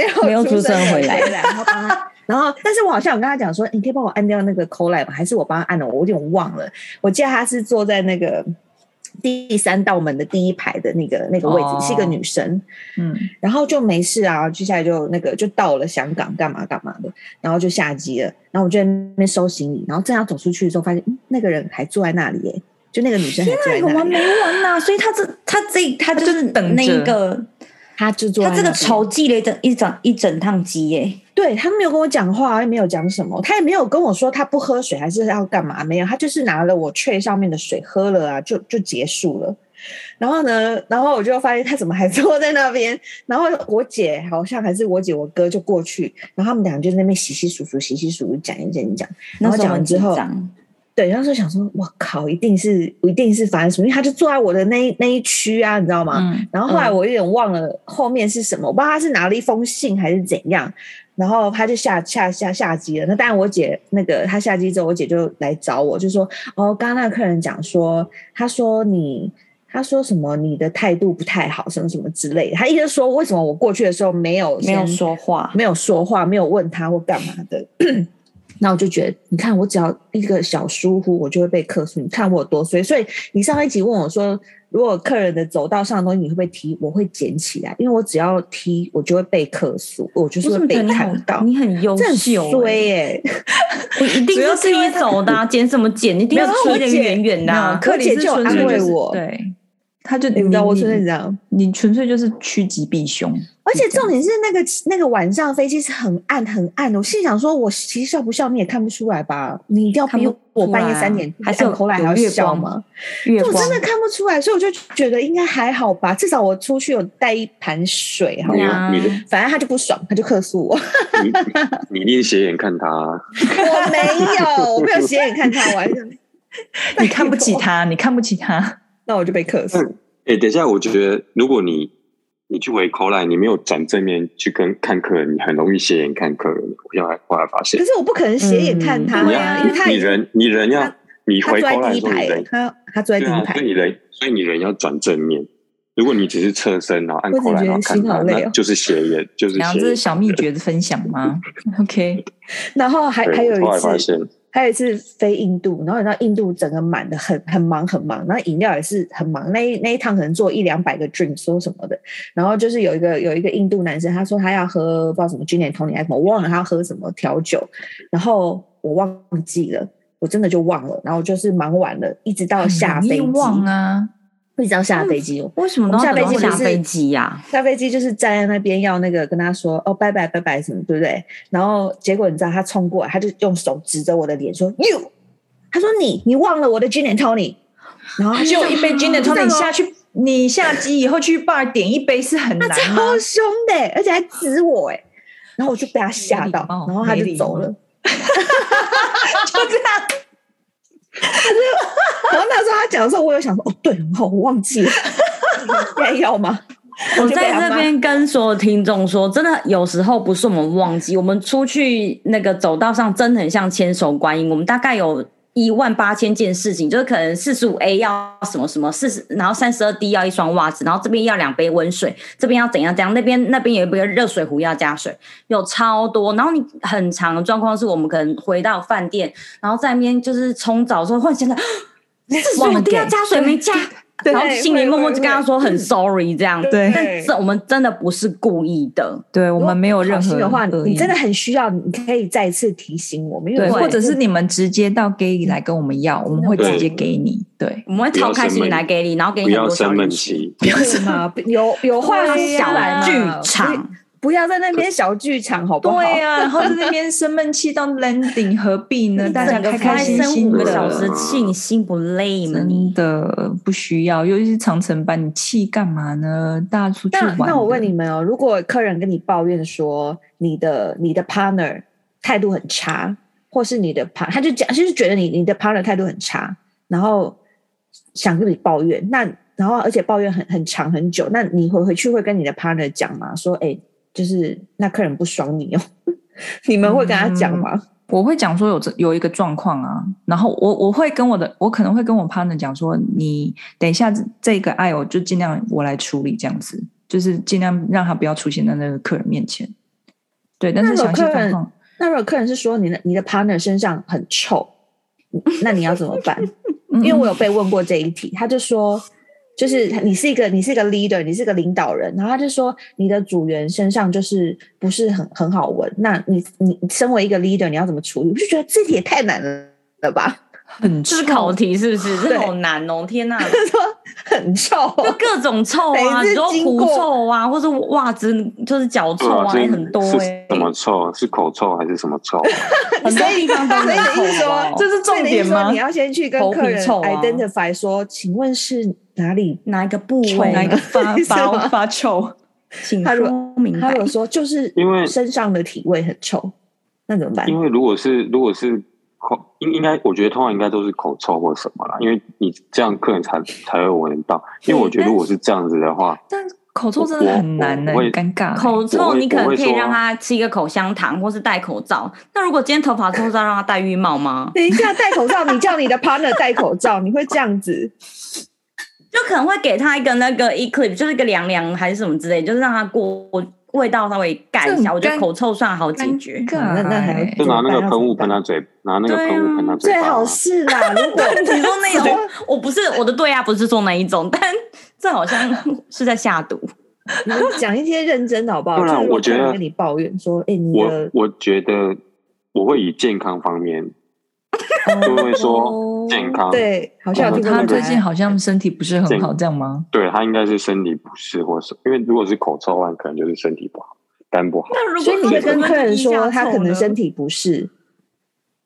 Speaker 1: [LAUGHS]
Speaker 2: 有
Speaker 1: 没有
Speaker 2: 出
Speaker 1: 出声
Speaker 2: 的
Speaker 1: 回来
Speaker 2: 回来，然后帮他，然后但是我好像有跟他讲说，你可以帮我按掉那个 call line 吗？还是我帮他按了？我有点忘了，我记得她是坐在那个第三道门的第一排的那个那个位置，
Speaker 3: 哦
Speaker 2: 是一个女生，
Speaker 3: 嗯，
Speaker 2: 然后就没事啊，接下来就那个就到了香港干嘛干嘛的，然后就下机了，然后我就在那边收行李，然后正要走出去的时候，发现、嗯、那个人还坐在那里耶，就那个女生还坐在
Speaker 1: 啊有
Speaker 2: 那
Speaker 1: 完
Speaker 2: 里，
Speaker 1: 没完呐、所以他这他这他就是
Speaker 3: 等
Speaker 1: 那
Speaker 3: 着
Speaker 1: 一个，
Speaker 2: 她就坐在
Speaker 1: 他这个
Speaker 2: 那边
Speaker 1: 仇记了一整一整一整趟机耶、
Speaker 2: 对他没有跟我讲话，也没有讲什么，他也没有跟我说他不喝水还是要干嘛，没有，他就是拿了我券上面的水喝了啊，就就结束了。然后呢，然后我就发现他怎么还 [LAUGHS] 坐在那边，然后我姐好像还是我姐我哥就过去，然后他们俩就在那边洗洗数数洗洗数数讲一讲一讲，
Speaker 1: 那
Speaker 2: 然后
Speaker 1: 时候
Speaker 2: 讲
Speaker 1: 很
Speaker 2: 完之
Speaker 1: 紧
Speaker 2: 后，
Speaker 1: 张，
Speaker 2: 对，那时候想说，我靠，一定是一定是发生什么，因为他就坐在我的那一那一区啊，你知道吗？
Speaker 3: 嗯，
Speaker 2: 然后后来我有点忘了后面是什么，我不知道他是拿了一封信还是怎样，然后他就下下下下机了。那当然，我姐那个她下机之后，我姐就来找我，就说：“哦，刚刚那个客人讲说，他说你，他说什么你的态度不太好，什么什么之类的。”他意思是说为什么我过去的时候没有
Speaker 1: 没有
Speaker 2: 先
Speaker 1: 说话，
Speaker 2: 没有说话，没有问他或干嘛的。 [CLEARS THROAT] 那我就觉得，你看我只要一个小疏忽，我就会被客诉。你看我有多衰。所以你上一集问我说，如果客人的走道上的东西你会不会踢，我会捡起来，因为我只要踢，我就会被客诉，我就是
Speaker 1: 我怎
Speaker 2: 会
Speaker 1: 么觉
Speaker 2: 被
Speaker 1: 得你好
Speaker 2: 看到。
Speaker 1: 你很优
Speaker 2: 这很
Speaker 1: 秀、欸，
Speaker 2: 衰耶、 [LAUGHS]
Speaker 1: 我一定
Speaker 3: 主要
Speaker 1: 是
Speaker 3: 是因为
Speaker 1: 踢走的、啊，捡什么捡？一定
Speaker 2: 没有
Speaker 1: 是
Speaker 2: 我
Speaker 1: 踢的
Speaker 2: 姐
Speaker 1: 远远的、啊。
Speaker 3: 克里
Speaker 2: 姐
Speaker 3: 斯
Speaker 2: 就有
Speaker 3: 纯
Speaker 2: 安
Speaker 3: 粹
Speaker 2: 慰
Speaker 3: 就是
Speaker 2: 我
Speaker 3: 对，他就
Speaker 2: 你知道我
Speaker 3: 你
Speaker 2: 真的这样。
Speaker 3: 你纯粹就是趋吉避凶，
Speaker 2: 而且重点是那个那个晚上飞机是很暗很暗的，我心想说，我其实笑不笑你也看不出来吧？你一定要
Speaker 1: 看
Speaker 2: 逼
Speaker 1: 不
Speaker 2: 我
Speaker 1: 出
Speaker 2: 半夜
Speaker 1: 来啊
Speaker 2: 三点
Speaker 1: 还是有
Speaker 2: 按口奶
Speaker 1: 有
Speaker 2: 还要
Speaker 1: 月
Speaker 2: 笑
Speaker 1: 光
Speaker 2: 吗？
Speaker 1: 月
Speaker 2: 我
Speaker 1: 光
Speaker 2: 真的看不出来，所以我就觉得应该还好吧，至少我出去有带一盘水哈
Speaker 1: 对。啊
Speaker 4: 你你的
Speaker 2: 反正他就不爽，他就客诉我。
Speaker 4: 你你一定斜眼看他啊，
Speaker 2: [LAUGHS] 我没有，我没有斜眼看他，我还想，
Speaker 3: 你看不起他，你看不起他，
Speaker 2: 那我就被客诉。
Speaker 4: 哎、等一下，我觉得如果你你去围口来，你没有转正面去跟看客人，你很容易斜眼看客人。我现在后来发现
Speaker 2: 可，是我不可能斜眼看他
Speaker 4: 你
Speaker 1: 对
Speaker 4: 要、
Speaker 1: 啊
Speaker 2: 呀，因为他
Speaker 4: 你
Speaker 2: 已经
Speaker 4: 人你人要
Speaker 2: 他
Speaker 4: 你
Speaker 2: 他
Speaker 4: 回
Speaker 2: 坐在
Speaker 4: 口来
Speaker 2: 第
Speaker 4: 的
Speaker 2: 一
Speaker 4: 时候，你
Speaker 2: 排
Speaker 4: 人，
Speaker 2: 他他坐在
Speaker 4: 对
Speaker 2: 第
Speaker 4: 啊
Speaker 2: 一，排
Speaker 4: 所以，你人所以你人要转正面。如果你只是侧身然后按
Speaker 2: 我只
Speaker 4: 口来
Speaker 2: 觉得
Speaker 4: 然后看
Speaker 2: 心好
Speaker 4: 他，
Speaker 2: 累哦
Speaker 4: 那就是斜眼，就是
Speaker 3: 然后
Speaker 4: 斜
Speaker 3: 这是
Speaker 4: 眼。
Speaker 3: 小秘诀的分享吗
Speaker 2: [LAUGHS]
Speaker 3: ？OK，
Speaker 2: 然后还
Speaker 4: 对
Speaker 2: 还有
Speaker 4: 我后
Speaker 2: 一
Speaker 4: 来发
Speaker 2: 次，
Speaker 4: 现，
Speaker 2: 还有一次飞印度，然后你知道印度整个满的很很忙很忙，然后饮料也是很忙，那一那一趟可能做一两百个 drink 说什么的，然后就是有一个有一个印度男生，他说他要喝不知道什么 gin and tonic 还是什么，我忘了他要喝什么调酒，然后我忘记了，我真的就忘了，然后就是忙完了，一直到下
Speaker 3: 很
Speaker 2: 飞
Speaker 3: 容易
Speaker 2: 机，
Speaker 3: 忘啊，嗯
Speaker 2: 一直到下飞机，
Speaker 1: 为什么都要
Speaker 2: 下
Speaker 1: 等到
Speaker 2: 飞机不
Speaker 1: 下
Speaker 2: 是
Speaker 1: 飞机啊呀、
Speaker 2: 下飞机就是站在那边要那个跟他说哦拜拜拜拜什么对不对？然后结果你知道他冲过来，他就用手指着我的脸说 you，他说你你忘了我的 gin and tonic，然后他就
Speaker 3: 就 [LAUGHS] 一杯 gin and tonic 你下去，你下机以后去 bar 点一杯是很难吗？
Speaker 2: 超凶的、而且还指我哎、然后我就被他吓到
Speaker 3: 没礼貌，
Speaker 2: 然后他就走了，
Speaker 3: 没
Speaker 2: 就这样。然后那时候他讲的时候，我有想说哦对哦，我忘记了，应该要吗？
Speaker 1: 我
Speaker 2: 就被
Speaker 1: 在
Speaker 2: 他
Speaker 1: 这
Speaker 2: 骂
Speaker 1: 边跟所有听众说，真的有时候不是我们忘记，我们出去那个走道上真的很像千手观音，我们大概有。一万八千件事情，就是可能四十五 A 要什么什么，四十然后三十二 D 要一双袜子，然后这边要两杯温水，这边要怎样怎样，那边那边有一杯热水壶要加水，有超多。然后你很长的状况是我们可能回到饭店，然后在那边就是冲澡的时候，忽然想到 [GASPS] 四十
Speaker 3: 忘
Speaker 1: 五
Speaker 3: 了
Speaker 1: D 要
Speaker 3: 给
Speaker 1: 加水没加，
Speaker 2: 对
Speaker 1: 然后心里
Speaker 2: 会
Speaker 1: 默默
Speaker 2: 会
Speaker 1: 就跟他
Speaker 2: 会
Speaker 1: 说很 sorry 这样。
Speaker 3: 对
Speaker 1: 但这我们真的不是故意的。
Speaker 3: 对
Speaker 2: 如
Speaker 3: 我
Speaker 2: 果
Speaker 3: 们没有
Speaker 2: 不
Speaker 3: 任
Speaker 2: 好
Speaker 3: 何
Speaker 2: 心的话，
Speaker 3: 恶
Speaker 2: 你
Speaker 3: 意
Speaker 2: 真的很需要，你可以再次提醒我们，因为
Speaker 3: 对，
Speaker 2: 我
Speaker 3: 或者是你们直接到 gay 来跟我们要，我们会直接给你。对，
Speaker 1: 我们会超开
Speaker 4: 不要生
Speaker 1: 心
Speaker 4: 闷
Speaker 1: 来给你，然后给
Speaker 4: 不
Speaker 1: 你很
Speaker 4: 要
Speaker 1: 多小
Speaker 4: 生
Speaker 1: 零
Speaker 4: 闷
Speaker 1: 食。
Speaker 2: [LAUGHS]
Speaker 4: 气。
Speaker 2: 不是嘛，有有话
Speaker 3: 对啊
Speaker 2: 说
Speaker 3: 呀
Speaker 2: 出来嘛，
Speaker 1: 剧
Speaker 2: 不
Speaker 1: 场，
Speaker 2: 不要在那边小剧场，好不好？
Speaker 3: 对呀、然后在那边生闷气到 landing，何必 [LAUGHS] 呢？大家
Speaker 1: 整个
Speaker 3: 开开心
Speaker 1: 生
Speaker 3: 心
Speaker 1: 五
Speaker 3: 的，
Speaker 1: 个小时，庆幸不累吗？
Speaker 3: 真
Speaker 1: 你
Speaker 3: 的不需要。尤其是长城班，你气干嘛呢？大家出去
Speaker 2: 那
Speaker 3: 玩。
Speaker 2: 那我问你，们哦，如果客人跟你抱怨说你的你的 partner 态度很差，或是你的 part，他就讲就是觉得你你的 partner 态度很差，然后想跟你抱怨，那然后而且抱怨很很长很久，那你回回去会跟你的 partner 讲吗？说哎、就是那客人不爽你哦， [LAUGHS] 你们会跟他讲
Speaker 3: 嗯
Speaker 2: 吗？
Speaker 3: 我会讲说有这有一个状况啊，然后我我会跟我的，我可能会跟我 partner 讲说，你等一下这这个爱，我就尽量我来处理，这样子，就是尽量让他不要出现在那个客人面前。对，但是
Speaker 2: 那有
Speaker 3: 详细
Speaker 2: 客
Speaker 3: 状
Speaker 2: 人
Speaker 3: 况，
Speaker 2: 那如果客人是说你的你的 partner 身上很臭，那你要怎么办？
Speaker 3: 因
Speaker 2: 因为我有被问过这一题，他就说，就是你是一个你是一个 leader，你是一个领导人，然后他就说你的组员身上就是不是很很好闻，那你你身为一个 leader，你要怎么处理？我就觉得这题也太难了吧？
Speaker 3: 很
Speaker 1: 这是考题是不是？这好难哦！天哪，就
Speaker 2: 说很臭，
Speaker 1: 各种臭啊，
Speaker 2: 每
Speaker 1: 你
Speaker 2: 次
Speaker 1: 说
Speaker 2: 经
Speaker 1: 狐
Speaker 2: 过
Speaker 1: 臭啊，或者袜子就是脚臭啊，
Speaker 4: 对
Speaker 1: 也
Speaker 4: 啊
Speaker 1: 很多
Speaker 4: 是
Speaker 1: 哎
Speaker 2: 欸
Speaker 4: 什，么臭？啊是口臭还是什么臭？啊
Speaker 2: [LAUGHS]
Speaker 1: 很多地方都
Speaker 2: 所以
Speaker 1: 很
Speaker 2: 你
Speaker 1: 臭
Speaker 2: 是
Speaker 1: 啊
Speaker 2: 说，
Speaker 3: 这是重点
Speaker 2: 所以你是说
Speaker 3: 吗
Speaker 2: 你？要先去跟
Speaker 1: 头皮
Speaker 2: 客人
Speaker 1: 臭啊
Speaker 2: identify 说，请问是哪里？
Speaker 1: 哪一个部
Speaker 2: 臭
Speaker 1: 位？
Speaker 3: 哪一个 [LAUGHS] 发
Speaker 2: 是
Speaker 3: 发
Speaker 2: 吗
Speaker 3: 发臭？
Speaker 1: 请
Speaker 2: 他如
Speaker 1: 说
Speaker 2: 果
Speaker 1: 明
Speaker 2: 他
Speaker 1: 白
Speaker 2: 如。果说就是
Speaker 4: 因为
Speaker 2: 身上的体味很臭，那怎么办？
Speaker 4: 因为如果是如果是口，应应该我觉得通常应该都是口臭或什么啦，因为你这样客人才才会闻得到。因为我觉得如果是这样子的话，
Speaker 3: [LAUGHS] 但口臭真的很难呢、
Speaker 4: 我我
Speaker 3: 很尴尬欸、
Speaker 1: 口
Speaker 4: 哎我
Speaker 1: 臭，
Speaker 4: 会
Speaker 1: 你可能
Speaker 4: 我会
Speaker 1: 可以
Speaker 4: 说啊
Speaker 1: 让他吃一个口香糖，或是戴口罩。那如果今天头发臭，是要让他戴浴帽吗？
Speaker 2: 等一下戴口罩，你叫你的 partner 戴口罩，你会这样子？
Speaker 1: 就可能会给他一个那个 eclipse，就是一个凉凉还是什么之类，就是让他过味道稍微盖一
Speaker 3: 这
Speaker 1: 下。
Speaker 3: 很
Speaker 1: 我觉得
Speaker 3: 尴
Speaker 1: 口臭算好解
Speaker 3: 尴
Speaker 1: 决。
Speaker 3: 尬、
Speaker 2: 那那还要
Speaker 4: 就拿那
Speaker 2: 哎怎么办要
Speaker 4: 个喷雾
Speaker 2: 怎么办
Speaker 4: 喷他嘴，拿那个喷雾喷他嘴
Speaker 2: 最
Speaker 4: 巴啊。
Speaker 2: 好是啦，
Speaker 3: [LAUGHS]
Speaker 2: 如果
Speaker 1: [LAUGHS] 你说那种，我不是我的对啊，不是说那一种，但这好像是在下毒。
Speaker 2: 你讲一些认真的好不好？
Speaker 4: 不然
Speaker 2: 就是如果
Speaker 4: 我觉
Speaker 2: 客人
Speaker 4: 得
Speaker 2: 跟你抱怨说，哎，你
Speaker 4: 我
Speaker 2: 的
Speaker 4: 我觉得我会以健康方面，就会说健康。
Speaker 2: 对，好像有听过
Speaker 4: 我
Speaker 3: 哦他
Speaker 4: 们
Speaker 3: 最近
Speaker 2: 好
Speaker 3: 好像身体不是很好，这样吗？
Speaker 4: 欸对他应该是身体不适或什么，因为如果是口臭的话，可能就是身体不好，肝不好。
Speaker 1: 那如
Speaker 2: 所
Speaker 1: 果
Speaker 2: 以你会
Speaker 1: 口
Speaker 2: 跟
Speaker 1: 臭
Speaker 2: 客人
Speaker 1: 腋下
Speaker 3: 啊
Speaker 2: 说他
Speaker 1: 臭
Speaker 2: 可能
Speaker 1: 呢
Speaker 2: 身体不适，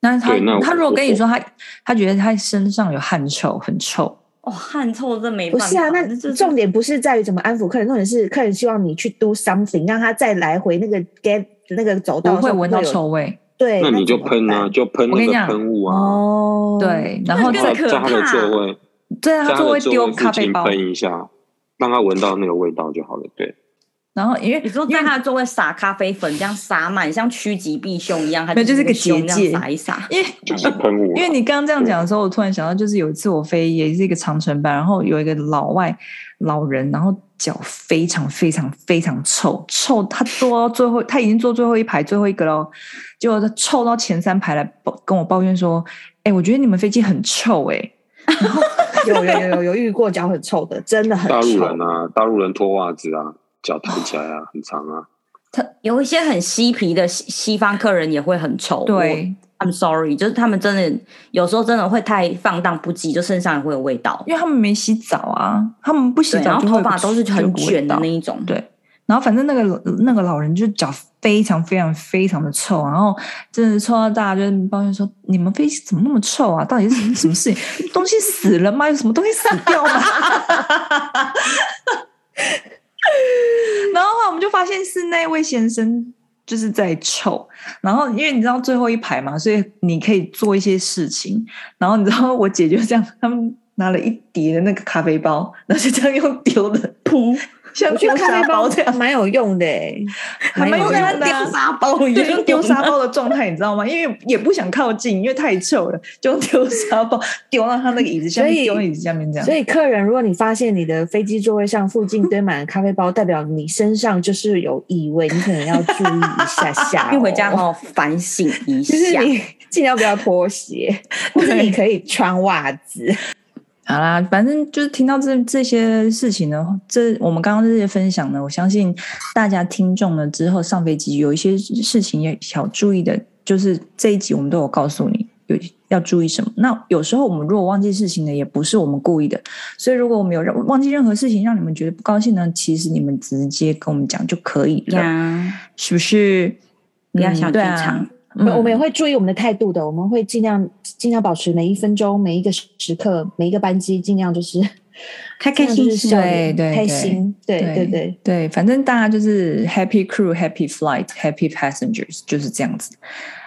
Speaker 3: 那他
Speaker 4: 对那我
Speaker 3: 他如果跟你说他他觉得他身上有汗臭，很臭，
Speaker 1: 哦汗臭，这没
Speaker 2: 不
Speaker 1: 办法。
Speaker 2: 是啊？那
Speaker 1: 这就是
Speaker 2: 重点不是在于怎么安抚客人，重点是客人希望你去 do something，让他再来回那个 get 那个走道
Speaker 3: 不
Speaker 2: 的时
Speaker 3: 会
Speaker 2: 候
Speaker 3: 闻到
Speaker 2: 有
Speaker 3: 臭味。
Speaker 2: 对，
Speaker 4: 那你就喷
Speaker 2: 啊
Speaker 4: 啊，，就喷
Speaker 3: 我跟
Speaker 4: 那
Speaker 3: 你
Speaker 4: 个
Speaker 3: 讲
Speaker 4: 喷雾啊，
Speaker 2: 哦，
Speaker 3: 对，然后
Speaker 1: 那
Speaker 4: 在
Speaker 1: 更
Speaker 3: 再
Speaker 1: 可
Speaker 4: 在他的
Speaker 1: 怕
Speaker 4: 座位，
Speaker 3: 对
Speaker 4: 在
Speaker 3: 啊他
Speaker 4: 他
Speaker 3: 就会
Speaker 4: 的座
Speaker 3: 丢
Speaker 4: 位附
Speaker 3: 咖啡
Speaker 4: 近
Speaker 3: 包，
Speaker 4: 喷一下，让他闻到那个味道就好了。对，
Speaker 3: 然后因为
Speaker 1: 你说在他的座位撒咖啡粉，这样撒满，像趋吉避凶一样，还
Speaker 3: 没有就是
Speaker 1: 个
Speaker 3: 个结
Speaker 1: 凶这样
Speaker 3: 界
Speaker 1: 撒一撒。
Speaker 3: 因为
Speaker 4: 就是喷雾啊。
Speaker 3: 因为你刚刚这样讲的时候，我突然想到，就是有一次我飞也是一个长城班，然后有一个老外老人，然后脚非常非常非常臭，臭他坐到最后，他已经坐最后一排最后一个喽，结果他臭到前三排来抱跟我抱怨说：“哎、我觉得你们飞机很臭哎、
Speaker 2: 有有有有有遇过脚很臭的，真的很
Speaker 4: 大陆
Speaker 2: 臭。
Speaker 4: 人啊，大陆人脱袜子啊，脚抬起来啊，很长啊。
Speaker 1: 有一些很嬉皮的西西方客人也会很臭。
Speaker 3: 对，
Speaker 1: 我，I'm sorry，就是他们真的有时候真的会太放荡不羁，就身上也会有味道。
Speaker 3: 因为他们没洗澡啊，他们不洗
Speaker 1: 对，然
Speaker 3: 澡
Speaker 1: 后
Speaker 3: 就
Speaker 1: 头
Speaker 3: 会
Speaker 1: 发都是很卷的那一种。
Speaker 3: 对，然后反正那个那个老人就脚非常非常非常的臭，然后真的是臭到大家就是抱怨说：“你们飞机怎么那么臭啊？到底是什么什么事情？东西死了吗？有什么东西死掉吗？”然后后来我们就发现是那位先生就是在臭，然后因为你知道最后一排嘛，所以你可以做一些事情。然后你知道我姐就这样，他们拿了一叠的那个咖啡包，然后就这样用丢的噗，像
Speaker 2: 我觉
Speaker 3: 丢
Speaker 2: 得咖
Speaker 3: 沙
Speaker 2: 啡
Speaker 3: 包这样
Speaker 2: 包。蛮有用的、欸，
Speaker 3: 还蛮有
Speaker 2: 用
Speaker 3: 用
Speaker 2: 的
Speaker 3: 的啊
Speaker 1: 丢沙包一
Speaker 3: 对，
Speaker 1: 样
Speaker 3: 用丢沙包的状态，你知道吗？因为也不想靠近，因为太臭了，就丢沙包丢到他那个椅子下
Speaker 2: 所以
Speaker 3: 面，丢椅子下面这样
Speaker 2: 所。以客人，如果你发现你的飞机座位上附近堆满了咖啡包，代表你身上就是有异味，你可能要注意一下下、
Speaker 3: [LAUGHS]
Speaker 1: 运回家
Speaker 2: 哦。
Speaker 1: 好好反省一
Speaker 2: 就是
Speaker 1: 下。
Speaker 2: 你 [LAUGHS] 尽量不要脱
Speaker 3: [LAUGHS]
Speaker 2: 鞋，或者你可以穿袜子。
Speaker 3: 好啦，反正就是听到这这些事情呢，这我们刚刚这些分享呢，我相信大家听众呢之后上飞机有一些事情也要注意的，就是这一集我们都有告诉你有要注意什么。那有时候我们如果忘记事情呢，也不是我们故意的，所以如果我们有让忘记任何事情让你们觉得不高兴呢，其实你们直接跟我们讲就可以了。 [LAUGHS]
Speaker 1: 呀，
Speaker 3: 是不是？
Speaker 1: 不要
Speaker 3: 嗯
Speaker 1: 小剧
Speaker 3: 对啊
Speaker 1: 场
Speaker 3: 嗯
Speaker 2: 我们也会注意我们的态度的，我们会尽量尽量保持每一分钟、每一个时刻、每一个班机，尽量就是
Speaker 1: 开开心心
Speaker 2: 尽量就是笑脸
Speaker 3: 对对
Speaker 2: 开心，对
Speaker 3: 对
Speaker 2: 对对。
Speaker 3: 对，反正大家就是 happy crew, happy flight, happy passengers，就是这样子。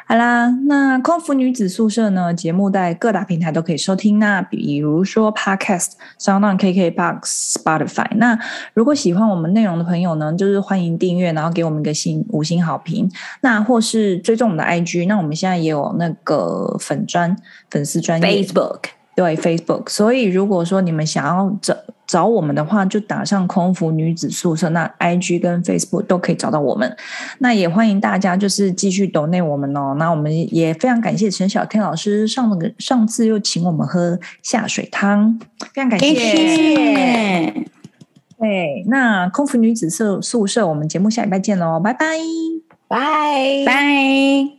Speaker 3: 好啦，那空服女子宿舍呢，节目在各大平台都可以收听，那比如说 Podcast、SoundOn、KKBox、Spotify。那如果喜欢我们内容的朋友呢，就是欢迎订阅，然后给我们一个星五星好评，那或是追踪我们的 IG。那我们现在也有那个粉专粉丝专业
Speaker 1: Facebook
Speaker 3: 对 Facebook，所以如果说你们想要找找我们的话，就打上“空服女子宿舍”，那 IG 跟 Facebook 都可以找到我们。那也欢迎大家就是继续 d 内我们哦。那我们也非常感谢陈小天老师上个上次又请我们喝下水汤，非常感谢。
Speaker 1: 谢。
Speaker 3: 对，那空服女子宿宿舍，我们节目下礼拜见喽，拜拜。
Speaker 1: 拜。